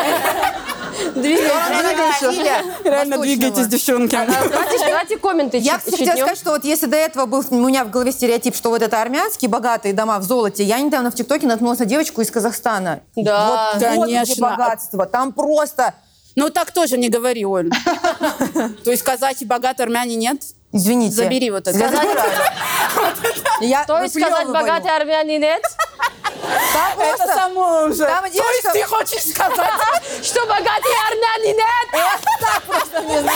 Speaker 3: Двигайся.
Speaker 6: Реально двигайтесь, девчонки.
Speaker 1: Давайте, давайте комменты
Speaker 3: Я,
Speaker 1: чит-
Speaker 3: кстати, хотела
Speaker 1: читнем.
Speaker 3: сказать, что вот если до этого был у меня в голове стереотип, что вот это армянские богатые дома в золоте, я недавно в ТикТоке наткнулась на девочку из Казахстана.
Speaker 1: Да.
Speaker 3: вот, вот где
Speaker 6: Конечно.
Speaker 3: богатство. Там просто...
Speaker 6: Ну так тоже не говори, Оль. То есть казахи богаты, армяне нет?
Speaker 3: Извините.
Speaker 6: Забери вот это.
Speaker 3: Я забираю. Я
Speaker 1: То есть сказать,
Speaker 3: выплевываю.
Speaker 1: богатые армяне нет?
Speaker 3: Там просто-
Speaker 6: само уже.
Speaker 3: Там девочка-
Speaker 6: хочешь сказать?
Speaker 1: Что богатые армяне нет?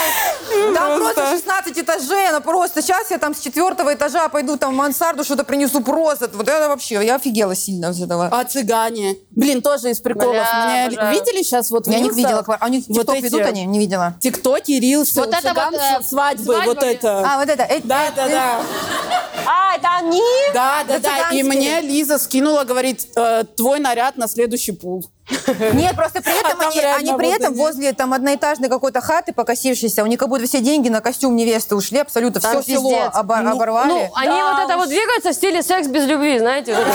Speaker 3: Там просто 16 этажей, она просто... Сейчас я там с четвертого этажа пойду там в мансарду, что-то принесу просто. Вот это вообще, я офигела сильно от этого.
Speaker 6: А цыгане? Блин, тоже из приколов.
Speaker 1: Бля,
Speaker 6: Мне
Speaker 1: обожаю.
Speaker 6: видели сейчас вот в
Speaker 3: Я не
Speaker 6: рилсах?
Speaker 3: видела. квар- А у них
Speaker 6: Вот
Speaker 3: TikTok
Speaker 6: эти
Speaker 3: ведут они? Не видела.
Speaker 6: Тиктоки, рилсы,
Speaker 1: Вот
Speaker 6: у
Speaker 1: это
Speaker 6: цыган
Speaker 1: вот, э,
Speaker 6: свадьбы, вот
Speaker 1: свадьбы.
Speaker 6: это.
Speaker 3: А, вот это. э,
Speaker 6: Да,
Speaker 3: э,
Speaker 6: да,
Speaker 3: э,
Speaker 6: да.
Speaker 4: А, это они?
Speaker 6: Да, да, да.
Speaker 3: цыганские.
Speaker 6: И мне Лиза скинула, говорит, э, твой наряд на следующий пул.
Speaker 3: Нет, просто при этом
Speaker 6: там
Speaker 3: они,
Speaker 6: реально
Speaker 3: они при
Speaker 6: вот
Speaker 3: этом
Speaker 6: они.
Speaker 3: возле там одноэтажной какой-то хаты покосившейся, у них как будто все деньги на костюм невесты ушли абсолютно,
Speaker 1: Там
Speaker 3: все село
Speaker 1: пиздец.
Speaker 3: обо- оборвали.
Speaker 1: Ну, они
Speaker 4: Да
Speaker 1: вот это
Speaker 4: уж.
Speaker 1: вот двигаются в стиле секс без любви, знаете. вот это.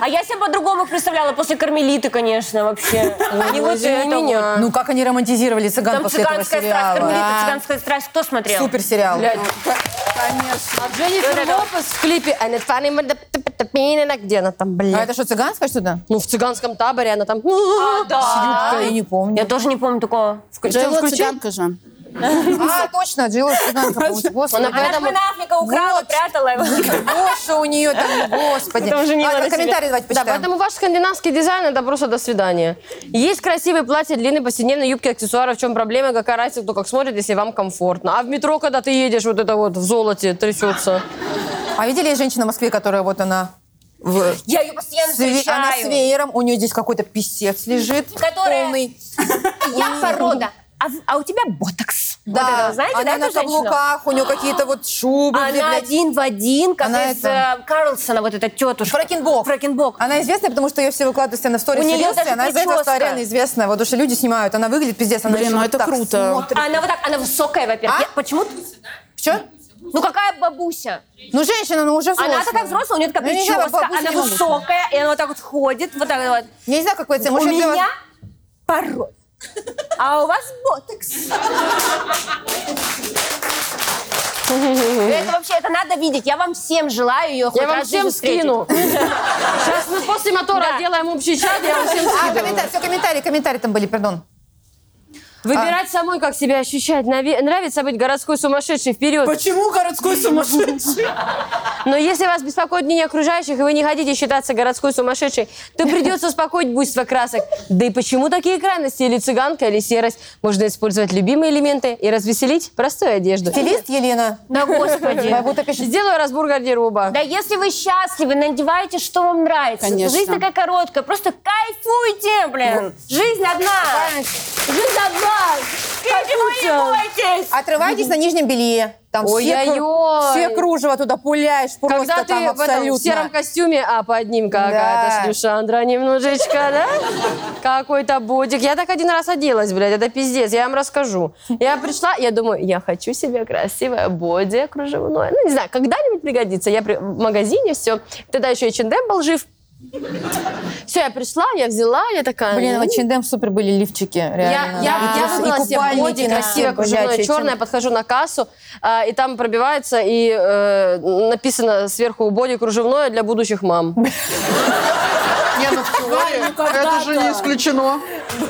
Speaker 4: А я себя по-другому их представляла, после кармелиты, конечно, вообще.
Speaker 1: Они вот
Speaker 4: это вот.
Speaker 1: меня.
Speaker 3: Ну, как они романтизировали цыган
Speaker 4: Там
Speaker 3: после этого
Speaker 4: цыганская страсть,
Speaker 3: сериала.
Speaker 4: кармелита, цыганская страсть, кто смотрел?
Speaker 3: Супер сериал.
Speaker 1: Блядь.
Speaker 3: Конечно.
Speaker 1: А Дженнифер Лопес в клипе «And it's funny, but the- the- the- the- the-» где она там,
Speaker 3: А
Speaker 1: блядь?
Speaker 3: это что, цыганская что-то?
Speaker 1: Ну, в цыганском таборе она там... А,
Speaker 3: Да. Я не помню.
Speaker 4: Я тоже не помню такого.
Speaker 6: Джейла цыганка же.
Speaker 3: А, точно, Джилла цыганка. получ- Господи,
Speaker 1: Она
Speaker 4: Она
Speaker 1: Поэтому-
Speaker 4: ж Африка украла,
Speaker 3: Вот.
Speaker 4: прятала его.
Speaker 3: Гоша у нее там, господи.
Speaker 4: Потом женила
Speaker 3: Ладно,
Speaker 4: на себе.
Speaker 3: комментарий давайте
Speaker 1: Да,
Speaker 3: почитаем.
Speaker 1: поэтому ваш скандинавский дизайн это просто до свидания. Есть красивые платья, длинные повседневные юбки, аксессуары. В чем проблема? Какая разница, кто как смотрит, если вам комфортно. А в метро, когда ты едешь, вот это вот в золоте трясется.
Speaker 3: А видели есть женщина в Москве, которая вот она... в-
Speaker 4: Я ее постоянно
Speaker 3: с ве- Она с
Speaker 4: встречаю.
Speaker 3: веером, у нее здесь какой-то писец лежит.
Speaker 4: Которая-
Speaker 3: Полный.
Speaker 4: Я порода. А, в- а у тебя ботокс. Вот это, знаете,
Speaker 3: она
Speaker 4: да,
Speaker 3: на
Speaker 4: эту женщину?
Speaker 3: каблуках, у нее какие-то вот шубы.
Speaker 4: Она
Speaker 3: где, блядь,
Speaker 4: один в один, как
Speaker 3: Она
Speaker 4: из
Speaker 3: это-
Speaker 4: э, Карлсона, вот эта тетушка.
Speaker 3: Фракенбок.
Speaker 4: Фракенбок.
Speaker 3: Она известная, потому что ее все выкладывают постоянно в сторис.
Speaker 4: У нее
Speaker 3: Рилсы,
Speaker 4: даже
Speaker 3: она из-за этого стала
Speaker 4: прическа.
Speaker 3: реально известная. Вот потому что люди снимают, она выглядит пиздец. Она
Speaker 6: Блин,
Speaker 3: еще
Speaker 6: ну
Speaker 3: вот
Speaker 6: это
Speaker 3: так
Speaker 6: круто.
Speaker 3: смотрит.
Speaker 4: Она вот так, она высокая, во-первых.
Speaker 3: А?
Speaker 4: Я- Почему?
Speaker 3: Чё?
Speaker 4: Ну какая бабуся?
Speaker 3: Ну, женщина, ну уже взрослая.
Speaker 4: Она такая взрослая, у нее
Speaker 3: Ну,
Speaker 4: такая
Speaker 3: нельзя
Speaker 4: прическа,
Speaker 3: бабусе
Speaker 4: она
Speaker 3: не бабусе.
Speaker 4: высокая, и она вот так вот ходит, вот так вот.
Speaker 3: А Я не знаю, какой цвет.
Speaker 4: У
Speaker 3: Может, я для вас-
Speaker 4: меня пород. а у вас ботекс. Это вообще, это надо видеть. Я вам всем желаю ее хоть
Speaker 1: Я вам
Speaker 4: раз в
Speaker 1: всем
Speaker 4: жизни встретить.
Speaker 1: скину. Сейчас мы после мотора
Speaker 4: Да.
Speaker 1: делаем общий чат, я вам всем
Speaker 3: А,
Speaker 1: скину.
Speaker 3: комментарии, все, комментарии, комментарии там были, пардон.
Speaker 1: Выбирать самой, как себя ощущать. Нави- Нравится быть городской сумасшедшей вперед.
Speaker 6: Почему городской сумасшедший?
Speaker 1: Но если вас беспокоит мнение окружающих, и вы не хотите считаться городской сумасшедшей, то придется успокоить буйство красок. Да и почему такие крайности? Или цыганка, или серость? Можно использовать любимые элементы и развеселить простую одежду.
Speaker 3: Стилист Елена.
Speaker 4: Да, господи.
Speaker 3: Как будто пишет.
Speaker 1: Сделаю разбор гардероба.
Speaker 4: Да если вы счастливы, надевайте, что вам нравится.
Speaker 6: Конечно.
Speaker 4: Жизнь такая короткая, просто кайфуйте, блин. Жизнь одна. Жизнь одна. И ничего не бойтесь.
Speaker 3: Отрывайтесь на нижнем белье. Там все, кру-
Speaker 1: Ой-ой-ой.
Speaker 3: все кружево туда пуляешь, просто
Speaker 1: Когда ты
Speaker 3: там
Speaker 1: в, этом,
Speaker 3: абсолютно.
Speaker 1: в сером костюме, а под ним какая-то
Speaker 3: Да.
Speaker 1: шлюшандра немножечко, да? Какой-то бодик. Я так один раз оделась, блядь, это пиздец, я вам расскажу. Я пришла, я думаю, я хочу себе красивое боди кружевное. Ну, не знаю, когда-нибудь пригодится. Я при- в магазине, все. Тогда еще и Чендем был жив. Все, я пришла, я взяла, я такая...
Speaker 3: Блин,
Speaker 1: ну,
Speaker 3: в H&M супер были лифчики,
Speaker 1: я,
Speaker 3: реально.
Speaker 1: я, я
Speaker 3: И
Speaker 1: выбрала себе
Speaker 3: купальники
Speaker 1: боди
Speaker 3: на
Speaker 1: красивое,
Speaker 3: себе, блядь,
Speaker 1: кружевное, черное,
Speaker 3: H&M.
Speaker 1: подхожу на кассу, а, и там пробивается, и э, написано сверху боди кружевное для будущих мам.
Speaker 2: Не, ну в теории это же не исключено.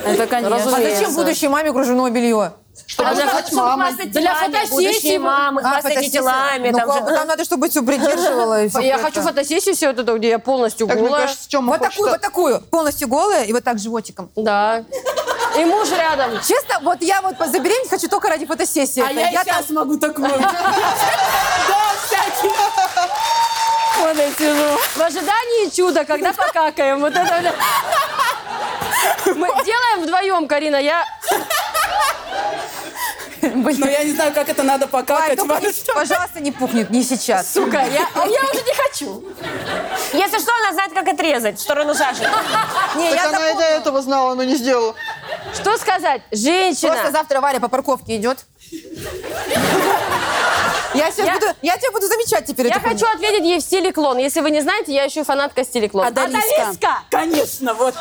Speaker 6: Это, конечно.
Speaker 3: А зачем будущей маме кружевное белье?
Speaker 2: Чтобы
Speaker 4: А
Speaker 2: стать мамой.
Speaker 1: Для
Speaker 4: Для
Speaker 1: фотосессии
Speaker 4: фотосессии
Speaker 1: бы-
Speaker 4: мамы,
Speaker 3: А,
Speaker 4: хвастайте
Speaker 3: фотосессия.
Speaker 4: телами.
Speaker 3: Ну,
Speaker 4: там
Speaker 3: как бы
Speaker 4: же-
Speaker 3: там надо, чтобы все придерживало. и всё
Speaker 1: Я
Speaker 3: это.
Speaker 1: хочу фотосессию все вот эту, где я полностью
Speaker 2: Как мне
Speaker 1: голая.
Speaker 2: кажется, Тёма
Speaker 3: Вот
Speaker 2: хочет...
Speaker 3: такую, вот такую. Полностью голая и вот так животиком.
Speaker 1: Да. И муж рядом.
Speaker 3: Честно, вот я вот забеременеть хочу только ради фотосессии.
Speaker 6: А
Speaker 3: Это
Speaker 6: я,
Speaker 3: там-
Speaker 6: сейчас могу такое. Да, всякие. Вот я сижу.
Speaker 1: В ожидании чуда, когда покакаем. Вот это, бля. Мы делаем вдвоем, Карина. Я
Speaker 6: Но я не знаю, как это надо
Speaker 3: Ай,
Speaker 6: покакать.
Speaker 3: только не- Пожалуйста, не пухнет, не сейчас.
Speaker 1: Сука, я, а я уже не хочу.
Speaker 4: Если что, она знает, как отрезать в сторону шашек.
Speaker 3: Не,
Speaker 2: Так
Speaker 3: я
Speaker 2: она и
Speaker 3: запомнила.
Speaker 2: до этого знала, но не сделала.
Speaker 1: Что сказать?
Speaker 3: Просто
Speaker 1: Женщина.
Speaker 3: завтра Варя по парковке идет. Я, сейчас
Speaker 1: Я-
Speaker 3: Буду, я тебя буду замечать теперь.
Speaker 1: Я
Speaker 3: эту хуйню.
Speaker 1: хочу ответить ей в стиле клон. Если вы не знаете, я еще и фанатка стиле клон.
Speaker 6: Адалиска. Конечно, вот.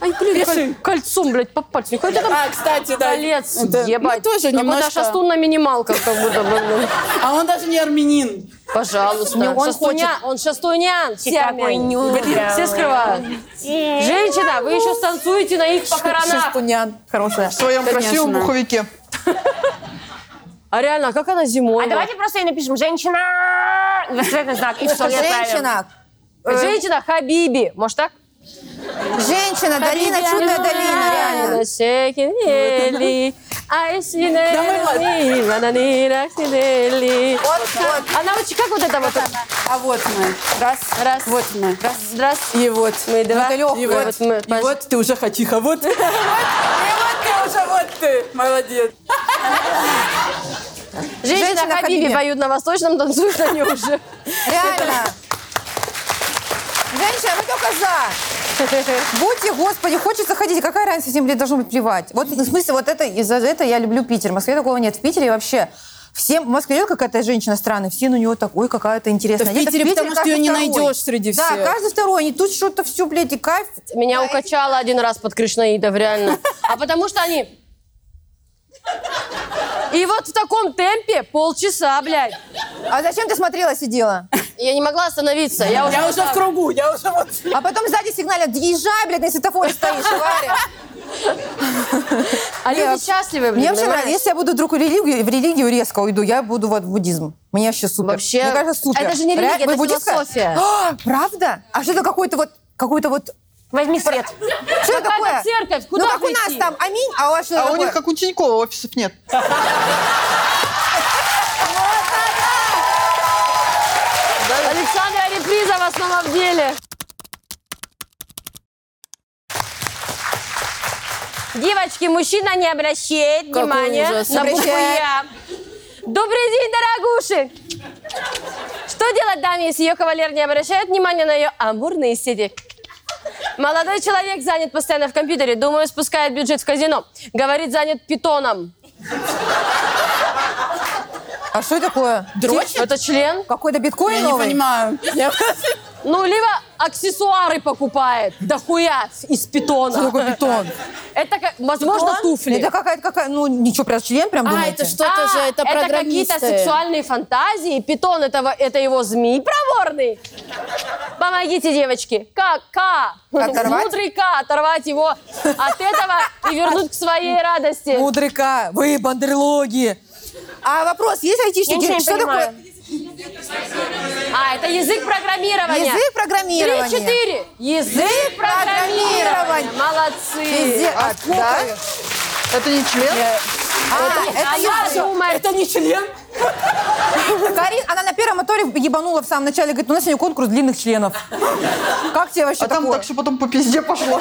Speaker 1: Ай, блин, коль- кольцом, блядь, по пальцу. Не хоть это
Speaker 6: А, кстати, да.
Speaker 1: колец,
Speaker 6: Это-
Speaker 1: ебать.
Speaker 6: Ну, тоже
Speaker 1: Какой-то
Speaker 6: немножко.
Speaker 1: шастун на минималках как будто бы. ну.
Speaker 6: А он даже не армянин.
Speaker 1: Пожалуйста.
Speaker 3: Не, он
Speaker 1: Шастуня- Он шастунян.
Speaker 6: Типа
Speaker 1: Все
Speaker 4: какой
Speaker 1: армяне.
Speaker 4: нюх.
Speaker 1: Блин, Все скрывают. Женщина, вы еще станцуете на их похоронах.
Speaker 3: Шестунян. Хорошая.
Speaker 2: В своем красивом пуховике.
Speaker 1: А реально, а как она зимой?
Speaker 4: А давайте просто ей напишем «Женщина!» Восклицательный знак. И все,
Speaker 3: Женщина.
Speaker 1: Э, Женщина Хабиби. Может так?
Speaker 3: Женщина, долина,
Speaker 1: ну,
Speaker 3: чудная долина, реально. Ну,
Speaker 1: Она
Speaker 3: Вот, вот.
Speaker 1: вот как вот это вот?
Speaker 6: А вот мы.
Speaker 1: Раз, раз,
Speaker 6: Вот мы.
Speaker 1: раз, раз.
Speaker 6: И вот.
Speaker 3: Ну,
Speaker 1: Мы два.
Speaker 6: И вот.
Speaker 1: И вот мы.
Speaker 6: И вот ты уже хачиха. Вот. И вот ты уже, вот ты. Молодец.
Speaker 1: Женщина
Speaker 3: Женщина
Speaker 1: Хабиби
Speaker 3: Хабиби.
Speaker 1: поют на восточном, танцуют на нем уже.
Speaker 3: Реально. Женщина, вы только за. Будьте, господи, хочется ходить. Какая разница, всем лет должно быть плевать. Вот, ну, в смысле, вот это, из-за это я люблю Питер. В Москве такого нет. В Питере вообще всем... В Москве идет какая-то женщина странная, все на нее так, ой, какая-то интересная.
Speaker 6: Да в
Speaker 3: Нет,
Speaker 6: Питере, потому что
Speaker 3: каждый
Speaker 6: её не
Speaker 3: второй.
Speaker 6: найдешь среди
Speaker 3: Да,
Speaker 6: всех.
Speaker 3: каждый второй. И тут что-то все, блядь, и кайф.
Speaker 1: Меня укачало один раз под крышнаидов, реально. А потому что они... И вот в таком темпе полчаса, блядь.
Speaker 3: А зачем ты смотрела, сидела?
Speaker 1: Я не могла остановиться. Я уже...
Speaker 6: Я уже в кругу. Я уже вот.
Speaker 3: А потом сзади сигналят, езжай, блядь, на светофоре стоишь, Варя.
Speaker 1: А
Speaker 3: Я-
Speaker 1: люди счастливы, блин,
Speaker 3: Мне вообще
Speaker 1: понимаешь?
Speaker 3: нравится. Если я буду вдруг в религию, в религию резко уйду, я буду вот в буддизм. Мне вообще супер.
Speaker 1: Вообще,
Speaker 3: Мне кажется, супер.
Speaker 1: это же не религия,
Speaker 3: Реально,
Speaker 1: это
Speaker 3: вы буддистка?
Speaker 1: философия.
Speaker 3: А, правда? А что это какой-то вот, какой-то вот...
Speaker 4: Возьми свет.
Speaker 3: Что это такое?
Speaker 1: Какая-то церковь, куда
Speaker 3: ну, как у нас
Speaker 1: прийти?
Speaker 3: там, аминь, а у вас что
Speaker 2: А у
Speaker 3: такое?
Speaker 2: них, как у Тинькова, офисов нет.
Speaker 1: Александра Реприза в основном деле. Девочки, мужчина не обращает внимания
Speaker 3: ужас.
Speaker 1: на букву
Speaker 3: Обращает.
Speaker 1: «Я». Добрый день, дорогуши! Что делать даме, если ее кавалер не обращает внимания на ее амурные сети? Молодой человек занят постоянно в компьютере, думаю, спускает бюджет в казино. Говорит, занят питоном.
Speaker 3: А что такое?
Speaker 1: Это член?
Speaker 3: Какой-то биткоин
Speaker 6: Я не
Speaker 3: новый?
Speaker 6: понимаю. Я-
Speaker 1: Ну, либо аксессуары покупает. Да хуя из питона.
Speaker 3: Такой питон.
Speaker 1: Это, как- возможно, туфли.
Speaker 3: Это какая-то какая, ну ничего, прям член прям
Speaker 7: А,
Speaker 3: думаете?
Speaker 7: это что-то же, это программисты.
Speaker 1: какие-то сексуальные фантазии. Питон это, во- это его змей проворный. Помогите, девочки. Как? Ка.
Speaker 3: Оторвать?
Speaker 1: Мудрый Ка. Оторвать его от этого и вернуть к своей радости.
Speaker 3: Мудряка, вы бандерлоги. А вопрос, есть айтишники?
Speaker 4: ничего не
Speaker 3: что
Speaker 4: понимаю.
Speaker 3: такое
Speaker 1: А, это язык программирования.
Speaker 3: язык программирования?
Speaker 1: Три-четыре. Язык
Speaker 3: Язык
Speaker 1: программирования.
Speaker 3: программирования.
Speaker 1: Молодцы.
Speaker 3: Везде. А, да?
Speaker 2: Это не член?
Speaker 3: А, это
Speaker 1: А
Speaker 3: не
Speaker 1: я
Speaker 3: всё.
Speaker 1: думаю,
Speaker 7: Это не член?
Speaker 3: Карин, она на первом моторе ебанула в самом начале, говорит, у нас сегодня конкурс длинных членов. Как тебе вообще
Speaker 2: А там
Speaker 3: такое?
Speaker 2: так, что потом по пизде пошло.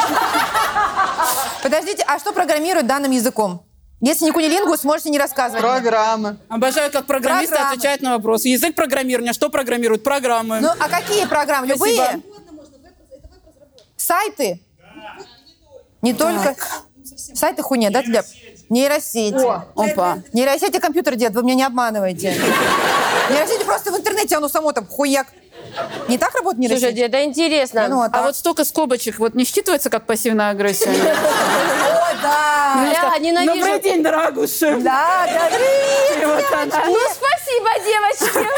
Speaker 3: Подождите, а что программируют данным языком? Если не кунилингус, можете не рассказывать.
Speaker 2: Программы.
Speaker 6: Обожаю, как программисты
Speaker 3: Программы.
Speaker 6: отвечают на вопросы. Язык программирования, что программируют? Программы.
Speaker 3: Ну, а какие программы? Любые?
Speaker 6: Спасибо.
Speaker 3: Сайты? Не только... Сайты хуйня, да, Глеб? Нейросети.
Speaker 6: Опа.
Speaker 3: Нейросети компьютер, дед, вы меня не обманываете. Нейросети просто в интернете, оно само там хуяк. Не так работает
Speaker 1: Слушай,
Speaker 3: нейросеть?
Speaker 1: это интересно.
Speaker 3: Ну,
Speaker 6: А
Speaker 3: так.
Speaker 6: вот столько скобочек, вот не считывается как пассивная агрессия?
Speaker 3: О, да!
Speaker 1: Бля, ненавижу.
Speaker 6: Добрый день, дорогуша.
Speaker 3: Да, да, да.
Speaker 6: И вот она.
Speaker 1: Ну, спасибо, девочки.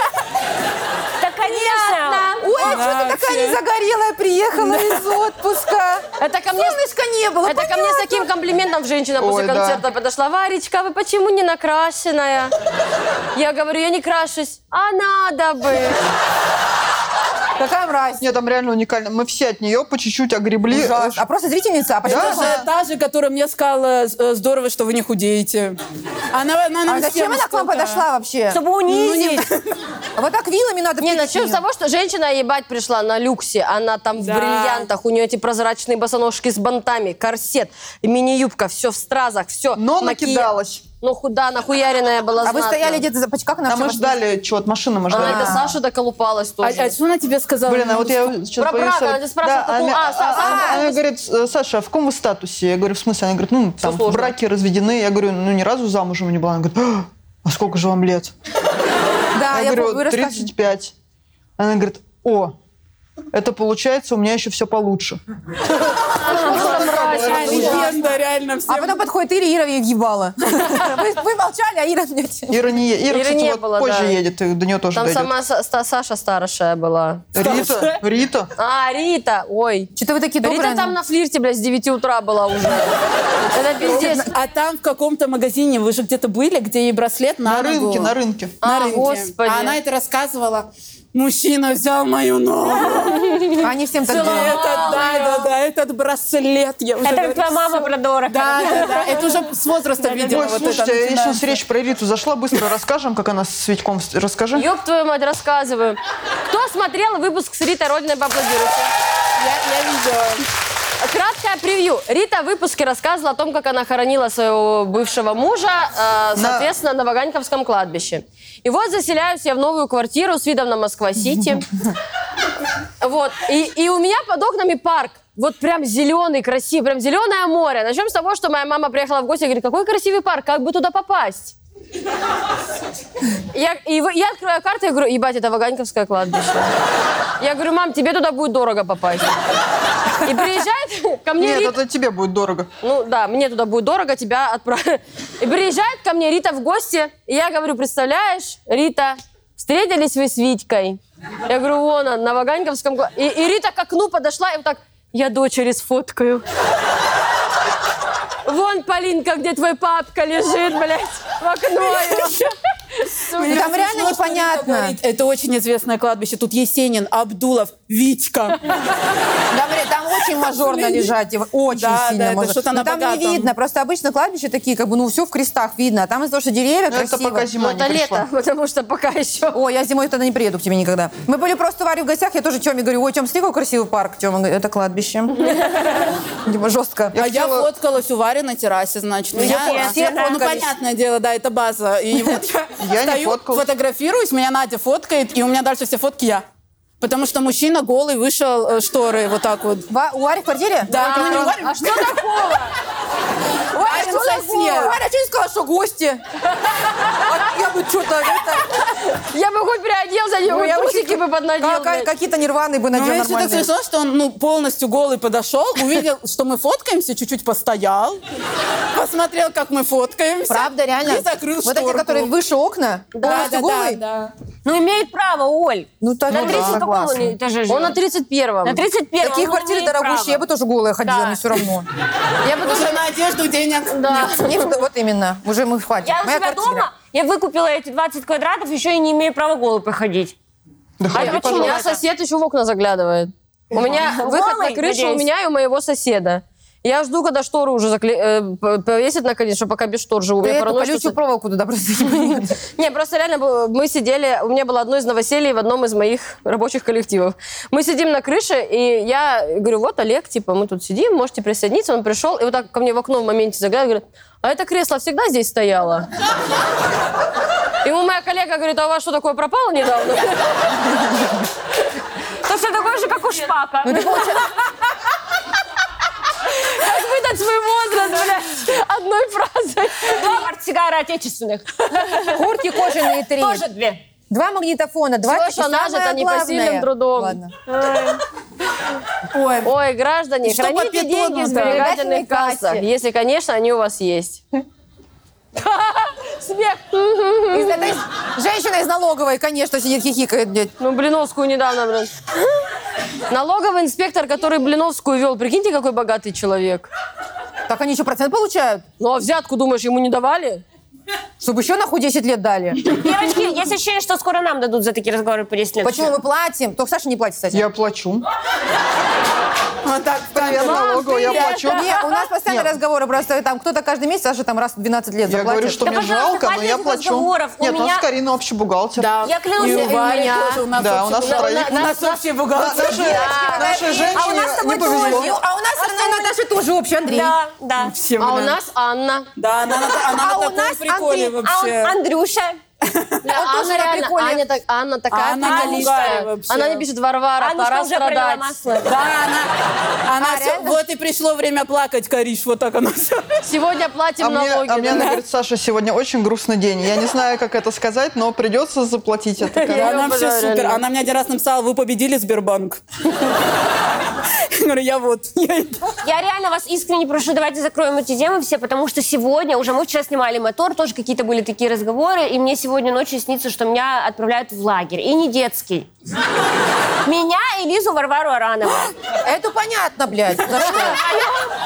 Speaker 4: Да, конечно.
Speaker 3: Ой, а что ты такая не загорелая приехала из отпуска?
Speaker 1: Это ко мне...
Speaker 3: Солнышка не было,
Speaker 1: Это ко мне с таким комплиментом женщина после
Speaker 2: Ой, да.
Speaker 1: концерта подошла. Варечка, вы почему не накрашенная? Я говорю, я не крашусь. А надо бы.
Speaker 3: Какая мразь.
Speaker 2: Нет, там реально уникально. Мы все от нее по чуть-чуть огребли.
Speaker 3: А просто зрительница, а почему?
Speaker 2: Да,
Speaker 6: Это же та же, которая мне сказала, э, здорово, что вы не худеете. Она, она нам
Speaker 3: А зачем
Speaker 6: всем
Speaker 3: она к вам
Speaker 6: что-то-
Speaker 3: подошла вообще? Ну,
Speaker 4: Чтобы унизить.
Speaker 3: Вот так вилами надо
Speaker 1: Не,
Speaker 3: бить
Speaker 1: начнем
Speaker 3: её.
Speaker 1: с того, что женщина ебать пришла на люксе. Она там в
Speaker 6: Да.
Speaker 1: бриллиантах, у нее эти прозрачные босоножки с бантами, корсет, мини-юбка, все в стразах, все.
Speaker 2: Но накидалась.
Speaker 1: Ну, худа, нахуяренная была
Speaker 3: А вы
Speaker 1: знатно.
Speaker 3: стояли где-то за как она
Speaker 2: А
Speaker 3: вообще
Speaker 2: мы
Speaker 3: вас-
Speaker 2: ждали чего от машины, мы
Speaker 1: Она это
Speaker 2: ждали.
Speaker 1: Сашу доколупалась
Speaker 6: А,
Speaker 1: тоже.
Speaker 6: а что она тебе сказала?
Speaker 2: Блин, а вот я сейчас
Speaker 1: Про брак, она тебя спрашивала, какого- а, Са- Са-
Speaker 2: она,
Speaker 1: Са-
Speaker 2: она говорит, «Э, Саша, а в каком вы статусе? Я говорю, в смысле? Она говорит, ну, там, в
Speaker 1: сложно.
Speaker 2: браке разведены. Я говорю, ну, ни разу замужем не была. Она говорит, «А, а сколько же вам лет?
Speaker 1: А,
Speaker 3: Да,
Speaker 2: я
Speaker 3: я
Speaker 2: говорю,
Speaker 3: вы рассказывали.
Speaker 2: 35. Она говорит, о, это получается, у меня еще все получше.
Speaker 6: Легенда, реально, все.
Speaker 3: А потом подходит Ира, Ира ей ебала. Вы вы молчали, а Ира... блядь.
Speaker 2: Ира, не, е- Ира,
Speaker 1: Иры
Speaker 2: кстати,
Speaker 1: не
Speaker 2: вот
Speaker 1: было,
Speaker 2: позже
Speaker 1: да.
Speaker 2: едет, и до нее тоже
Speaker 1: Там
Speaker 2: дойдет.
Speaker 1: сама Са- Ста- Саша старшая была.
Speaker 2: Рита, Рита.
Speaker 1: А, Рита, ой.
Speaker 3: Что-то вы такие добрые.
Speaker 1: Рита там на флирте, блядь, с 9 утра была уже. Это пиздец.
Speaker 6: А там в каком-то магазине вы же где-то были, где ей браслет на,
Speaker 2: На
Speaker 6: ногу.
Speaker 2: рынке, на рынке.
Speaker 1: А, господи.
Speaker 6: А она это рассказывала. Мужчина взял мою ногу.
Speaker 3: Они всем так
Speaker 6: Это,
Speaker 3: делают.
Speaker 6: да, да, да, этот браслет. Я уже
Speaker 4: Это
Speaker 6: говорю,
Speaker 4: как твоя мама про Дора.
Speaker 6: Да, да, да. Это уже с возраста видела.
Speaker 2: Ой,
Speaker 6: вот это
Speaker 2: слушайте, я
Speaker 6: начинается.
Speaker 2: сейчас речь про Риту зашла, быстро расскажем, как она с Витьком. вст- Расскажи.
Speaker 1: Ёб твою мать, рассказываю. Кто смотрел выпуск с Ритой Родиной, поаплодируйте.
Speaker 6: Я, я видела.
Speaker 1: Краткое превью. Рита в выпуске рассказывала о том, как она хоронила своего бывшего мужа, э, соответственно, на Ваганьковском кладбище. И вот заселяюсь я в новую квартиру с видом на Москва-Сити. Вот. И, и у меня под окнами парк. Вот прям зеленый, красивый, прям зеленое море. Начнем с того, что моя мама приехала в гости и говорит, какой красивый парк, как бы туда попасть? Я, и вы- я открываю карту и говорю, ебать, это Ваганьковское кладбище. Я говорю, мам, тебе туда будет дорого попасть. И приезжает ко мне
Speaker 2: Нет,
Speaker 1: Рита.
Speaker 2: это тебе будет дорого.
Speaker 1: Ну да, мне туда будет дорого, тебя отправят. И приезжает ко мне Рита в гости, и я говорю, представляешь, Рита, встретились вы с Витькой? Я говорю, вон он, на Ваганьковском... кла-». И, и Рита к окну подошла и вот так, я дочери сфоткаю. Вон, Полинка, где твой папка лежит, блядь, в окно.
Speaker 3: Ну, Там
Speaker 6: Мне
Speaker 3: реально
Speaker 6: смешно, что Вика
Speaker 3: непонятно.
Speaker 6: говорит, Это очень известное кладбище. Тут Есенин, Абдулов, Витька.
Speaker 3: Там, ре- там очень мажорно лежать, и очень
Speaker 6: Да,
Speaker 3: сильно
Speaker 6: да, это
Speaker 3: мажорно.
Speaker 6: что-то
Speaker 3: Но
Speaker 6: на
Speaker 3: там не
Speaker 6: богатом.
Speaker 3: видно, просто обычно кладбища такие, как бы, ну, все в крестах видно, а там из-за того, что деревья
Speaker 2: Ну, это
Speaker 3: красиво.
Speaker 2: пока зима не
Speaker 1: Это
Speaker 2: пришла.
Speaker 1: лето, потому что пока еще...
Speaker 3: О, я зимой тогда не приеду к тебе никогда. Мы были просто у Вари в гостях, я тоже Тёме говорю, ой, Тём, смотри, какой красивый парк. Тёма говорит, это кладбище. Типа, Жестко.
Speaker 6: А я фоткалась у Вари на террасе, значит. Меня-
Speaker 3: я все
Speaker 6: Ну,
Speaker 3: фоткались.
Speaker 6: понятное дело, да, это база. И вот
Speaker 2: Я
Speaker 6: я
Speaker 2: не
Speaker 6: стою,
Speaker 2: фоткалась.
Speaker 6: фотографируюсь, меня Надя фоткает, и у меня дальше все фотки я. Потому что мужчина голый вышел э, шторы вот так вот.
Speaker 3: Ва- У Вари в квартире?
Speaker 6: Да, ну, не Варя,
Speaker 1: А что такого?
Speaker 3: Варя,
Speaker 6: Варин
Speaker 3: что такое?
Speaker 6: сосед.
Speaker 3: Варя, что не сказала, что гости? А Я бы что-то это...
Speaker 1: Я бы хоть приоделся, я
Speaker 3: Ну,
Speaker 1: бы
Speaker 3: я бы
Speaker 1: А трусики
Speaker 3: чуть-
Speaker 1: бы поднадел.
Speaker 3: Ка- ка-
Speaker 1: блядь.
Speaker 3: Какие-то нирваны бы
Speaker 6: Ну,
Speaker 3: надел
Speaker 6: мне еще так
Speaker 3: нормальные.
Speaker 6: смешно, что он ну, полностью голый подошел, увидел, что мы фоткаемся, чуть-чуть постоял, посмотрел, как мы фоткаемся.
Speaker 3: Правда, реально?
Speaker 6: И закрыл
Speaker 3: Вот эти,
Speaker 6: шторку.
Speaker 3: которые выше окна,
Speaker 6: да, да,
Speaker 3: полностью голый.
Speaker 6: да,
Speaker 4: Ну, имеет право, Оль.
Speaker 3: Ну, так
Speaker 4: На
Speaker 3: ну да,
Speaker 4: 30 каком
Speaker 3: согласна.
Speaker 4: он этаже живет?
Speaker 1: Он на 31-м.
Speaker 4: На 31
Speaker 3: Такие
Speaker 4: он
Speaker 3: квартиры
Speaker 4: имеет
Speaker 3: дорогущие, я
Speaker 4: право.
Speaker 3: бы тоже голая ходила,
Speaker 4: Да.
Speaker 3: мне все равно.
Speaker 1: Я бы
Speaker 6: да.
Speaker 1: тоже-
Speaker 6: Уже на одежду денег.
Speaker 1: Да.
Speaker 3: Нет, вот- вот именно, уже мы хватит.
Speaker 4: Я у
Speaker 3: Моя
Speaker 4: себя
Speaker 3: квартира.
Speaker 4: дома, я выкупила эти 20 квадратов, еще и не имею права голой походить.
Speaker 2: Да
Speaker 1: А
Speaker 2: ходи,
Speaker 1: почему? У меня
Speaker 4: пожалуйста.
Speaker 1: сосед еще в окна заглядывает. У меня
Speaker 4: Голый,
Speaker 1: выход на крышу у
Speaker 4: надеюсь.
Speaker 1: меня и у моего соседа. Я жду, когда штору уже закле- э, п- повесит наконец, что пока без штор живу.
Speaker 3: Ты
Speaker 1: Я
Speaker 3: эту
Speaker 1: паранойю, что
Speaker 3: колючую проволоку туда просто не понимаешь.
Speaker 1: Не, просто реально б- мы сидели, у меня было одно из новоселий в одном из моих рабочих коллективов. Мы сидим на крыше, и я говорю, вот Олег, типа, мы тут сидим, можете присоединиться. Он пришел, и вот так ко мне в окно в моменте заглядывает, говорит, а это кресло всегда здесь стояло? Ему моя коллега говорит, а у вас что такое пропало недавно?
Speaker 4: То, что такое же, как у Шпака.
Speaker 1: Ну, Как выдать свой возраст, блядь, одной фразой?
Speaker 4: Два портсигара отечественных.
Speaker 3: Куртки кожаные три.
Speaker 4: Тоже две.
Speaker 3: Два магнитофона, два
Speaker 1: Всё, что нажито непосильным трудом.
Speaker 3: Ладно.
Speaker 6: Ой,
Speaker 1: Ой, граждане,
Speaker 6: Что по
Speaker 1: храните
Speaker 6: питону,
Speaker 1: деньги в
Speaker 6: да?
Speaker 1: сберегательных
Speaker 3: Сберегательной кассе.
Speaker 1: кассах, если, конечно, они у вас есть. Смех.
Speaker 3: Из этой Женщина из налоговой, конечно, сидит хихикает, блядь.
Speaker 1: Ну, Блиновскую недавно, блин. Налоговый инспектор, который Блиновскую вел, прикиньте, какой богатый человек.
Speaker 3: Так они еще процент получают,
Speaker 1: Ну, а взятку, думаешь, ему не давали?
Speaker 3: чтобы еще нахуй 10 лет дали.
Speaker 4: Девочки, есть ощущение, что скоро нам дадут за такие разговоры по 10 лет.
Speaker 3: Почему мы платим? Только Саша не платит, кстати.
Speaker 2: Я плачу. Ну,
Speaker 6: вот так в
Speaker 2: Я
Speaker 6: камеру.
Speaker 2: налоговый, я плачу.
Speaker 3: Нет, у нас постоянно
Speaker 2: Нет.
Speaker 3: разговоры, просто там кто-то каждый месяц, Саша там раз в 12 лет
Speaker 2: Я
Speaker 3: заплатит.
Speaker 2: говорю, что
Speaker 4: Да,
Speaker 2: мне
Speaker 4: пожалуйста,
Speaker 2: жалко, но
Speaker 4: хватит
Speaker 2: я
Speaker 4: этих
Speaker 2: плачу.
Speaker 4: разговоров. У
Speaker 2: Нет, у нас
Speaker 4: меня-
Speaker 2: с Кариной общий бухгалтер.
Speaker 6: Да.
Speaker 4: Я клянусь,
Speaker 6: И у
Speaker 4: я-
Speaker 6: Ваня
Speaker 4: Ваня.
Speaker 6: тоже у нас
Speaker 2: Да, у
Speaker 6: общий
Speaker 2: нас
Speaker 6: бухгалтер.
Speaker 2: троих.
Speaker 6: У нас общий бухгалтер.
Speaker 2: Нашей- Нашей
Speaker 4: А у
Speaker 2: женщине
Speaker 4: нас с тобой
Speaker 2: не повезло.
Speaker 4: тоже.
Speaker 3: А у нас со стороны Наташи тоже общий, Андрей.
Speaker 4: Да, да.
Speaker 6: Все,
Speaker 1: А у
Speaker 6: блин.
Speaker 1: нас Анна.
Speaker 6: Да, она, на- она
Speaker 3: А
Speaker 6: на
Speaker 3: у
Speaker 6: таком
Speaker 3: нас
Speaker 6: приколе
Speaker 3: Андрей-
Speaker 4: А он-
Speaker 6: вообще.
Speaker 4: Андрюша.
Speaker 1: Анна
Speaker 3: тоже на
Speaker 1: реально-
Speaker 3: приколе.
Speaker 1: Аня так- Анна такая
Speaker 6: Анна другая
Speaker 1: приколистая.
Speaker 6: вообще.
Speaker 1: Она не пишет Варвара,
Speaker 4: Аннушка
Speaker 1: пора
Speaker 4: уже пролила
Speaker 1: страдать.
Speaker 4: масло.
Speaker 6: Да, она, она
Speaker 3: А,
Speaker 6: всё-
Speaker 3: реально?
Speaker 6: вот и пришло время плакать, Кариш, вот так она все.
Speaker 1: Сегодня
Speaker 2: А
Speaker 1: платим
Speaker 2: мне,
Speaker 1: налоги.
Speaker 2: а мне
Speaker 1: да.
Speaker 2: она говорит, Саша, сегодня очень грустный день. Я не знаю, как это сказать, но придется заплатить это.
Speaker 1: Я
Speaker 6: она
Speaker 1: обожаю,
Speaker 6: все супер.
Speaker 1: реально.
Speaker 6: Она мне один раз написала, вы победили Сбербанк. Я говорю, я вот. я иду».
Speaker 4: Я реально вас искренне прошу, давайте закроем эти темы все, потому что сегодня, уже мы вчера снимали мотор, тоже какие-то были такие разговоры, и мне сегодня ночью снится, что меня отправляют в лагерь. И не детский. Меня и Лизу Варвару Аранову.
Speaker 3: Это понятно, блядь. За что?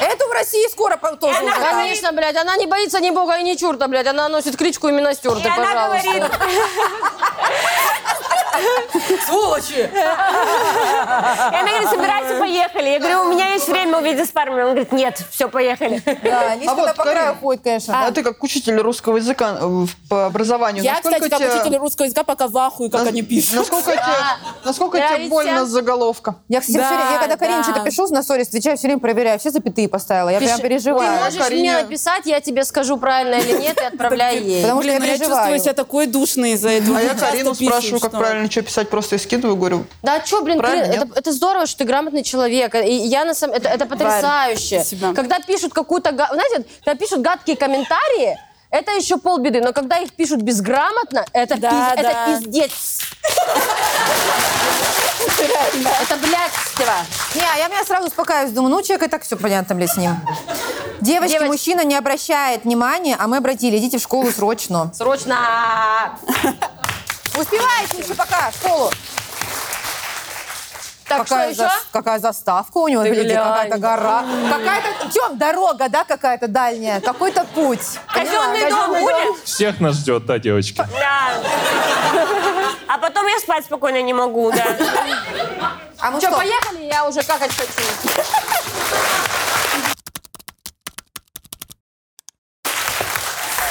Speaker 3: Эту в России скоро по- тоже уже. там.
Speaker 1: Конечно, блядь, она не боится ни бога и ни черта, блядь. Она носит кличку именно
Speaker 4: И
Speaker 1: стерты,
Speaker 4: она
Speaker 1: пожалуйста.
Speaker 4: говорит,
Speaker 6: Сволочи!
Speaker 4: И она говорит, собирайся, поехали. Я говорю, у меня есть время увидеться с парнем. Он говорит, нет, все, поехали.
Speaker 3: Да, Лиза
Speaker 2: А вот,
Speaker 3: туда по краю
Speaker 2: Карин.
Speaker 3: ходит, конечно.
Speaker 2: А ты как учитель русского языка э, в- по образованию,
Speaker 6: Я,
Speaker 2: насколько
Speaker 6: кстати, как
Speaker 2: тебе-
Speaker 6: учитель русского языка, пока в ахуе, как
Speaker 2: нас-
Speaker 6: они пишут.
Speaker 2: Насколько тебе, насколько тебе
Speaker 1: Нравится?
Speaker 2: больно с заголовка?
Speaker 3: Я, кстати, всё время- я когда
Speaker 4: да.
Speaker 3: Карине что-то пишу, на сори отвечаю, все время проверяю, все запятые поставила. Я прям
Speaker 1: Пиши-
Speaker 3: переживаю.
Speaker 1: Ты можешь
Speaker 2: Карине-
Speaker 1: мне написать, я тебе скажу, правильно или нет, и отправляй ей.
Speaker 3: Потому что я
Speaker 6: Блин, ну я чувствую
Speaker 3: переживаю.
Speaker 6: себя такой душной из-за этого.
Speaker 2: А я
Speaker 6: Мне часто
Speaker 2: Карину
Speaker 6: пишут,
Speaker 2: спрашиваю, как
Speaker 6: что-
Speaker 2: правильно что писать, просто и скидываю, говорю,
Speaker 1: Да чё, блин,
Speaker 2: Правильно,
Speaker 1: Кирилл,
Speaker 2: нет?
Speaker 1: это, это здорово, что ты грамотный человек. И я на самом это, это потрясающе.
Speaker 6: Спасибо.
Speaker 1: Когда пишут какую-то, га- знаете, когда пишут гадкие комментарии, это еще полбеды, но когда их пишут безграмотно, это,
Speaker 6: Да,
Speaker 1: пиз- это
Speaker 6: да.
Speaker 1: пиздец. Это блядство.
Speaker 3: Не, а я меня сразу успокаиваюсь, думаю, ну, человек и так все понятно, блядь, с ним. Девочки,
Speaker 1: Девоч-
Speaker 3: мужчина не обращает внимания, а мы обратили, идите в школу срочно.
Speaker 1: Срочно.
Speaker 3: Успевайте еще пока в школу.
Speaker 1: Так, что
Speaker 3: какая,
Speaker 1: еще?
Speaker 3: зас- какая заставка у него
Speaker 1: Ты
Speaker 3: впереди,
Speaker 1: глянь.
Speaker 3: какая-то гора. Какая-то, Тем, дорога, да, какая-то дальняя, какой-то путь.
Speaker 4: Казенный
Speaker 3: Поняла?
Speaker 4: дом будет?
Speaker 5: Всех нас ждет, да, девочки?
Speaker 4: Да. А потом я спать спокойно не могу, да.
Speaker 3: А мы
Speaker 1: Что,
Speaker 3: что,
Speaker 1: поехали? Я уже какать хочу.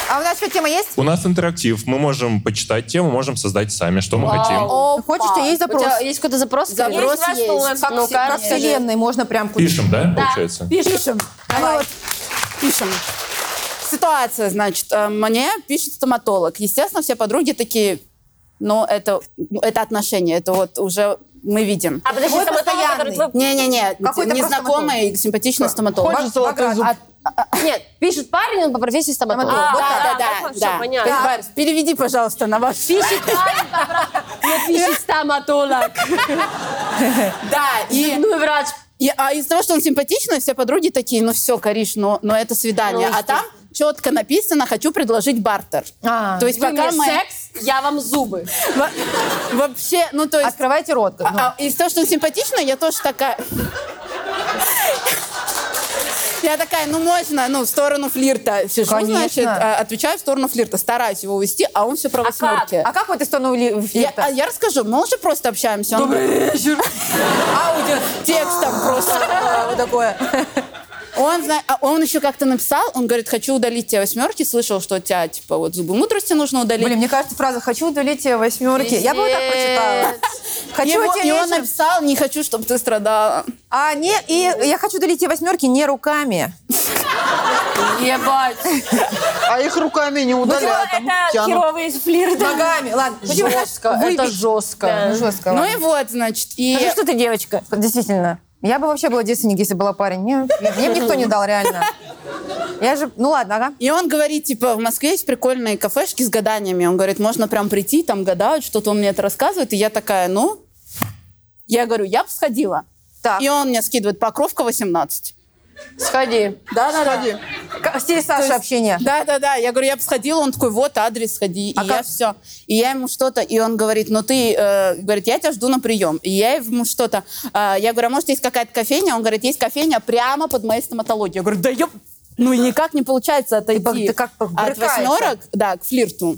Speaker 3: а у нас что, тема есть?
Speaker 5: У нас интерактив. Мы можем почитать тему, можем создать сами, что мы хотим.
Speaker 3: Хочешь, А, у тебя есть запрос?
Speaker 1: У тебя есть какой-то запрос?
Speaker 4: Запрос
Speaker 1: Есть
Speaker 4: есть.
Speaker 1: запрос?
Speaker 3: Как,
Speaker 1: Ну,
Speaker 3: все- как
Speaker 1: конечно.
Speaker 3: вселенной можно прям кучу.
Speaker 5: Пишем, да, получается?
Speaker 6: Пишем. А мы вот пишем. Ситуация, значит, э, мне пишет стоматолог. Естественно, все подруги такие, ну, это, ну, это отношения, это вот уже мы видим.
Speaker 4: А подожди,
Speaker 3: Мой
Speaker 4: стоматолог, который
Speaker 3: постоянный.
Speaker 4: твой...
Speaker 6: Не-не-не,
Speaker 3: Какой-то просто
Speaker 6: незнакомый и симпатичный стоматолог.
Speaker 2: Хочешь золотой зуб?
Speaker 1: Нет, пишет парень, он по профессии стоматолог.
Speaker 3: Стоматолог.
Speaker 4: А,
Speaker 3: Вот
Speaker 4: да,
Speaker 6: так.
Speaker 4: да,
Speaker 6: Да,
Speaker 4: да, все
Speaker 6: да.
Speaker 4: понятно.
Speaker 6: Барс, переведи, пожалуйста, на ваш
Speaker 1: Пишет парень, но пишет стоматолог.
Speaker 6: Да, и
Speaker 1: Ну и врач.
Speaker 6: И- а из-за того, что он симпатичный, все подруги такие, ну все, Кариш, ну, ну это свидание.
Speaker 1: Ну,
Speaker 6: а там четко написано, хочу предложить бартер.
Speaker 3: А,
Speaker 6: то есть
Speaker 1: Вы
Speaker 6: пока
Speaker 1: мне
Speaker 6: мы...
Speaker 1: секс, я вам зубы.
Speaker 6: Во- Вообще, ну то есть...
Speaker 3: Открывайте рот. ну.
Speaker 6: а- а из-за того, что он симпатичный, я тоже такая... Я такая, ну можно, ну в сторону флирта сижу,
Speaker 3: Конечно.
Speaker 6: значит, а, отвечаю в сторону флирта, стараюсь его увести, а он все про восьмерки.
Speaker 3: А как вот ты становили в
Speaker 6: Я,
Speaker 3: флирта?
Speaker 6: а я расскажу, мы уже просто общаемся. Он Аудио текстом просто
Speaker 3: А,
Speaker 6: э, вот такое. Он, зна- а он еще как-то написал, он говорит, хочу удалить тебе восьмерки, слышал, что у тебя, типа, вот зубы мудрости нужно удалить.
Speaker 3: Блин, мне кажется, фраза «хочу удалить э, восьмерки». Я бы вот так прочитала.
Speaker 6: и,
Speaker 3: Хочу
Speaker 6: его-
Speaker 3: удалить-
Speaker 6: и он написал, не хочу, чтобы ты страдала.
Speaker 3: А, не, и я хочу удалить тебе восьмерки не руками.
Speaker 1: Ебать.
Speaker 2: А их руками не удаляют. там
Speaker 4: Это
Speaker 2: тянут.
Speaker 4: херовый флирт.
Speaker 3: Ногами, ладно. Почему так
Speaker 1: Жестко, это жестко.
Speaker 3: Ну, жестко,
Speaker 6: Ну
Speaker 3: ладно.
Speaker 6: и вот, значит, и...
Speaker 4: Скажи, что ты девочка.
Speaker 3: Действительно. Я бы вообще была девственник, если была парень. Не, Мне бы никто не дал, реально. Я же... Ну ладно, ага.
Speaker 6: И он говорит, типа, в Москве есть прикольные кафешки с гаданиями. Он говорит, можно прям прийти, там гадают, что-то он мне это рассказывает. И я такая, ну, я говорю, я бы сходила.
Speaker 3: Так.
Speaker 6: И он мне скидывает Покровка 18.
Speaker 1: Сходи.
Speaker 6: Да, да, да.
Speaker 3: Как- В стиле Саши общения.
Speaker 6: Да, да, да. Я говорю, я бы сходила. Он такой, вот адрес, сходи.
Speaker 3: А
Speaker 6: и я
Speaker 3: как?
Speaker 6: все. И я ему что-то, и он говорит, ну ты, э, говорит, я тебя жду на прием. И я ему что-то, э, я говорю, а может есть какая-то кофейня? Он говорит, есть кофейня прямо под моей стоматологией. Я говорю, да ёп. Ну и никак не получается отойти
Speaker 3: ты как
Speaker 6: от
Speaker 3: брыкаешься.
Speaker 6: восьмерок, да, к флирту.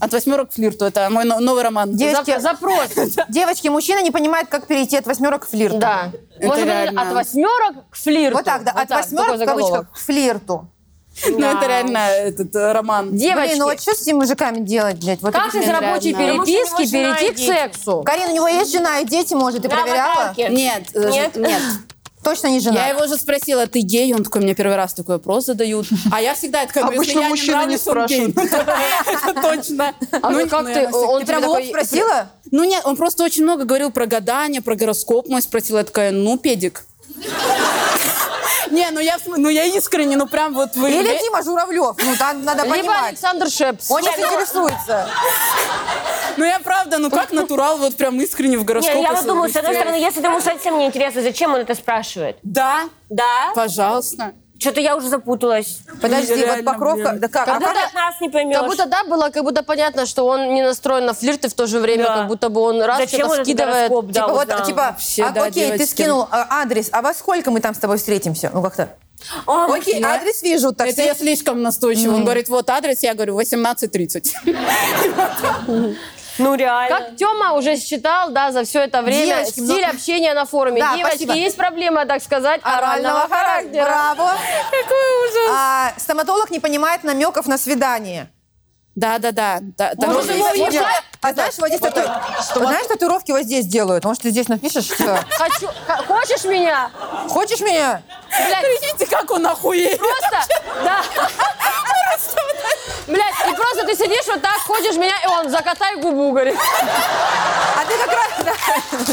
Speaker 6: От восьмерок к флирту. Это мой но- новый роман.
Speaker 3: Девочки,
Speaker 1: Зап- Запрос.
Speaker 3: Девочки, мужчина не понимает, как перейти от восьмерок к флирту.
Speaker 1: Да. Может быть,
Speaker 6: реально.
Speaker 1: от восьмерок к флирту.
Speaker 3: Вот так, да. От
Speaker 1: такой
Speaker 3: восьмерок, в
Speaker 1: заголовок.
Speaker 3: кавычках, к флирту.
Speaker 6: Ну это реально этот э, роман.
Speaker 1: Девочки,
Speaker 3: Блин, ну вот что с этими мужиками делать, блядь? Вот
Speaker 1: как
Speaker 3: это
Speaker 1: из
Speaker 3: мне
Speaker 1: рабочей
Speaker 6: реально.
Speaker 1: переписки
Speaker 4: Потому что у него жена
Speaker 1: перейти
Speaker 4: и
Speaker 1: к
Speaker 4: дети.
Speaker 1: сексу?
Speaker 3: Карин, у него есть жена и дети, может, ты проверяла?
Speaker 6: Нет, э,
Speaker 4: Нет?
Speaker 6: ж- нет.
Speaker 3: Точно не жена.
Speaker 6: Я его уже спросила, ты гей? Он такой, мне первый раз такой вопрос задают. А я всегда это как бы, если
Speaker 2: Обычно
Speaker 6: я не
Speaker 2: мужчины не
Speaker 6: нравлюсь, он гей. Это точно.
Speaker 1: ну как ты, он тебе
Speaker 3: Ты прям вот
Speaker 1: такой-
Speaker 3: спросила?
Speaker 6: Ну нет, он просто очень много говорил про гадание, про гороскоп. Мой спросила, я такая, ну, педик. Не, ну я, в см- ну я искренне, ну прям вот вы...
Speaker 3: Или Дима Журавлев? Ну, там надо
Speaker 1: Либо
Speaker 3: понимать.
Speaker 1: Александр Шепс.
Speaker 3: Он не интересуется.
Speaker 6: Ну я правда, ну как натурал, вот прям искренне в гороскоп.
Speaker 4: Нет, я вот думаю, с одной стороны, если ты ему совсем не интересно, зачем он это спрашивает?
Speaker 6: Да,
Speaker 4: Да?
Speaker 6: пожалуйста.
Speaker 4: Что-то я уже запуталась.
Speaker 3: Подожди, вот
Speaker 6: Нереально,
Speaker 3: покровка...
Speaker 6: блин.
Speaker 3: Да как?
Speaker 1: Как
Speaker 3: А
Speaker 4: Как
Speaker 1: будто-
Speaker 4: будто от нас не поймешь.
Speaker 1: Как будто да было, как будто понятно, что он не настроен на флирт, и в то же время
Speaker 4: Да.
Speaker 1: как будто бы он раз
Speaker 4: Зачем он
Speaker 1: что-то
Speaker 4: этот
Speaker 1: скидывает.
Speaker 4: гороскоп, да,
Speaker 1: типа,
Speaker 3: Вот,
Speaker 4: узнала.
Speaker 3: типа,
Speaker 6: Вообще,
Speaker 3: а,
Speaker 6: да,
Speaker 3: окей, ты
Speaker 6: девочки.
Speaker 3: скинул а, адрес, а во сколько мы там с тобой встретимся? Ну, как-то.
Speaker 4: О,
Speaker 3: Окей,
Speaker 6: да.
Speaker 3: адрес вижу, так
Speaker 6: Это я слишком настойчива. Он говорит, вот адрес, я говорю, 18.30.
Speaker 4: Ну реально.
Speaker 1: Типа, Как Тёма уже считал, да, за все это время
Speaker 3: Девочки,
Speaker 1: стиль
Speaker 3: много-
Speaker 1: общения на форуме.
Speaker 3: Да,
Speaker 1: Девочки,
Speaker 3: спасибо.
Speaker 1: есть проблема, так сказать, орального,
Speaker 3: орального характера.
Speaker 1: характера.
Speaker 3: Браво. А, стоматолог не понимает намеков на свидание.
Speaker 6: Да-да-да. да, так
Speaker 3: Может,
Speaker 6: же
Speaker 3: его
Speaker 6: есть.
Speaker 3: вот так? А знаешь, вот здесь тату- знаешь, татуировки вот здесь делают. Может, ты здесь напишешь? что?
Speaker 1: Хочу... Х- Хочешь меня?
Speaker 3: Хочешь меня?
Speaker 1: Блядь,
Speaker 6: Видите, как он охуел.
Speaker 1: просто... Да. Блядь, и просто ты сидишь вот так, ходишь меня, и он, закатай губу, говорит.
Speaker 3: А ты как раз...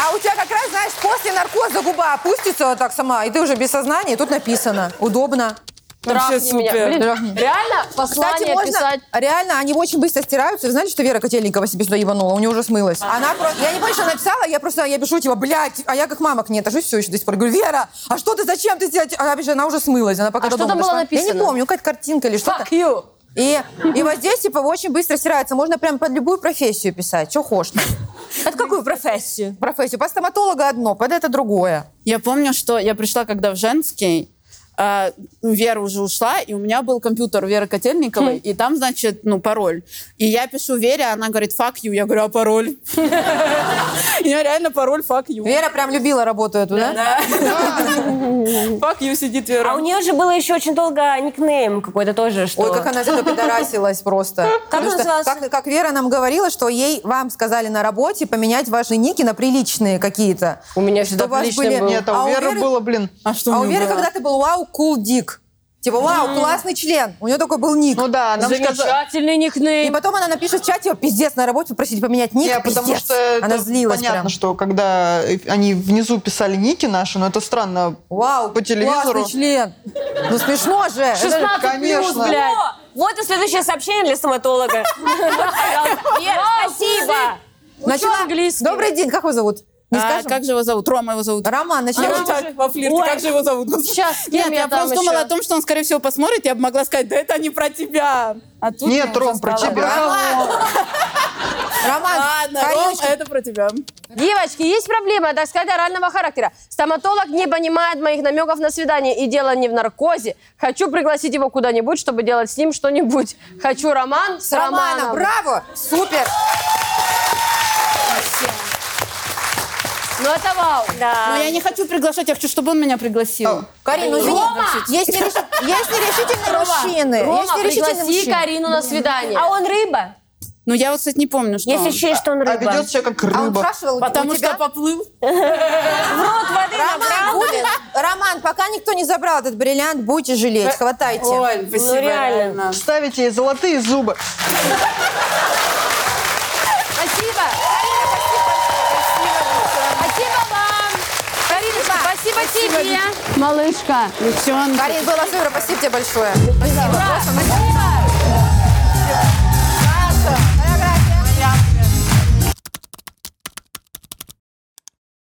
Speaker 3: А у тебя как раз, знаешь, после наркоза губа опустится вот так сама, и ты уже без сознания, и тут написано. Удобно.
Speaker 1: Трахни меня.
Speaker 6: супер.
Speaker 1: Блин, реально послание
Speaker 3: Кстати, можно...
Speaker 1: писать.
Speaker 3: Реально, они очень быстро стираются. Вы знаете, что Вера Котельникова себе сюда ебанула? У нее уже смылась. Она просто... Я не помню, что она написала. Я просто... Я пишу, типа, блядь, а я как мама к ней отношусь все еще до сих пор. Говорю, Вера, а что ты, зачем ты сделать? Она, опять же, она уже смылась. Она пока
Speaker 1: А
Speaker 3: до
Speaker 1: что
Speaker 3: дома
Speaker 1: там было
Speaker 3: дошла. Я не
Speaker 1: написано?
Speaker 3: помню, какая-то картинка или что-то.
Speaker 1: Fuck you.
Speaker 3: И, и вот здесь, типа, очень быстро стирается. Можно прям под любую профессию писать. Что хочешь. там.
Speaker 4: От какую профессию?
Speaker 3: Профессию. Под стоматолога одно, под это другое.
Speaker 6: Я помню, что я пришла когда в женский, а, Вера уже ушла, и у меня был компьютер Веры Котельниковой, и там, значит, ну, пароль. И я пишу Вере, она говорит, fuck you. Я говорю, а пароль? И Я реально пароль fuck you.
Speaker 3: Вера прям любила работу эту, да?
Speaker 6: Да. Fuck you сидит
Speaker 4: А у
Speaker 6: Вера.
Speaker 4: нее же было еще очень долго никнейм какой-то тоже, что...
Speaker 3: Ой, как она зато пидорасилась просто. Потому
Speaker 4: он
Speaker 3: что,
Speaker 4: назывался?
Speaker 3: Как, как Вера нам говорила, что ей, вам сказали на работе поменять ваши ники на приличные какие-то.
Speaker 1: У меня всегда
Speaker 3: Чтобы у
Speaker 2: а
Speaker 3: вас
Speaker 1: приличный
Speaker 3: были-
Speaker 1: был.
Speaker 3: Нет,
Speaker 2: Нет, а у Веры было, блин,
Speaker 6: А что
Speaker 3: А
Speaker 6: у
Speaker 3: у
Speaker 6: неё
Speaker 3: Веры
Speaker 6: было?
Speaker 3: когда-то был вау, кул, дик. Типа, вау, классный член. У нее такой был ник.
Speaker 2: Ну да, нам сказали...
Speaker 1: Замечательный
Speaker 3: И
Speaker 1: никнейм.
Speaker 3: потом она напишет в чате, пиздец, на работе попросить поменять ник,
Speaker 2: Не,
Speaker 3: пиздец.
Speaker 2: потому что это
Speaker 3: она злилась
Speaker 2: понятно,
Speaker 3: прям.
Speaker 2: что когда э, они внизу писали ники наши, но это странно.
Speaker 3: Вау,
Speaker 2: по телевизору.
Speaker 3: классный член. Ну смешно же.
Speaker 1: 16 плюс,
Speaker 2: конечно.
Speaker 1: блядь.
Speaker 4: О, вот и следующее сообщение для стоматолога. Вер, Спасибо.
Speaker 3: Начала-
Speaker 1: английский?
Speaker 3: Добрый день, как его зовут? Не
Speaker 6: А
Speaker 3: скажем?
Speaker 6: как же его зовут? Рома его зовут.
Speaker 3: Роман, начнем.
Speaker 6: Я вот так во флирте. Как же его зовут?
Speaker 1: Сейчас, с кем
Speaker 6: Нет, я,
Speaker 1: я там
Speaker 6: просто думала
Speaker 1: еще?
Speaker 6: о том, что он, скорее всего, посмотрит, я бы могла сказать, да это не про тебя. А тут мне
Speaker 2: Нет,
Speaker 6: уже
Speaker 2: Ром, про
Speaker 6: стало-
Speaker 2: тебя.
Speaker 3: Роман,
Speaker 6: Ладно, Ром,
Speaker 3: Кариночка,
Speaker 6: это про тебя.
Speaker 1: Девочки, есть проблема, так сказать, орального характера. Стоматолог не понимает моих намеков на свидание, и дело не в наркозе. Хочу пригласить его куда-нибудь, чтобы делать с ним что-нибудь. Хочу роман с,
Speaker 3: с Романом, браво, супер.
Speaker 1: Ну это вау.
Speaker 4: Да.
Speaker 3: А,
Speaker 6: Но я не хочу приглашать, я хочу, чтобы он меня пригласил.
Speaker 3: Карин, ну извини,
Speaker 1: Рома!
Speaker 3: есть нереш- есть нерешительные мужчины. Есть
Speaker 1: Рома,
Speaker 3: нерешительные
Speaker 1: пригласи
Speaker 3: мужчины.
Speaker 1: Карину на свидание.
Speaker 4: А он рыба?
Speaker 6: Ну, я вот, кстати, не помню, что
Speaker 4: Если
Speaker 6: он.
Speaker 4: счесть, что он
Speaker 2: А
Speaker 4: рыба.
Speaker 2: ведет себя как
Speaker 3: А он
Speaker 2: рыба.
Speaker 3: спрашивал, у
Speaker 6: Потому
Speaker 3: тебя?
Speaker 6: что поплыл.
Speaker 3: Роман, будет? Роман, пока никто не забрал этот бриллиант, будете жалеть, хватайте.
Speaker 6: Оль, спасибо,
Speaker 4: Ну, реально.
Speaker 6: реально.
Speaker 2: Ставите ей золотые зубы.
Speaker 1: Спасибо. Спасибо вам. Кариночка, спасибо, тебе.
Speaker 7: Малышка.
Speaker 6: Девчонки.
Speaker 3: Карин, было супер, спасибо тебе большое.
Speaker 1: Спасибо.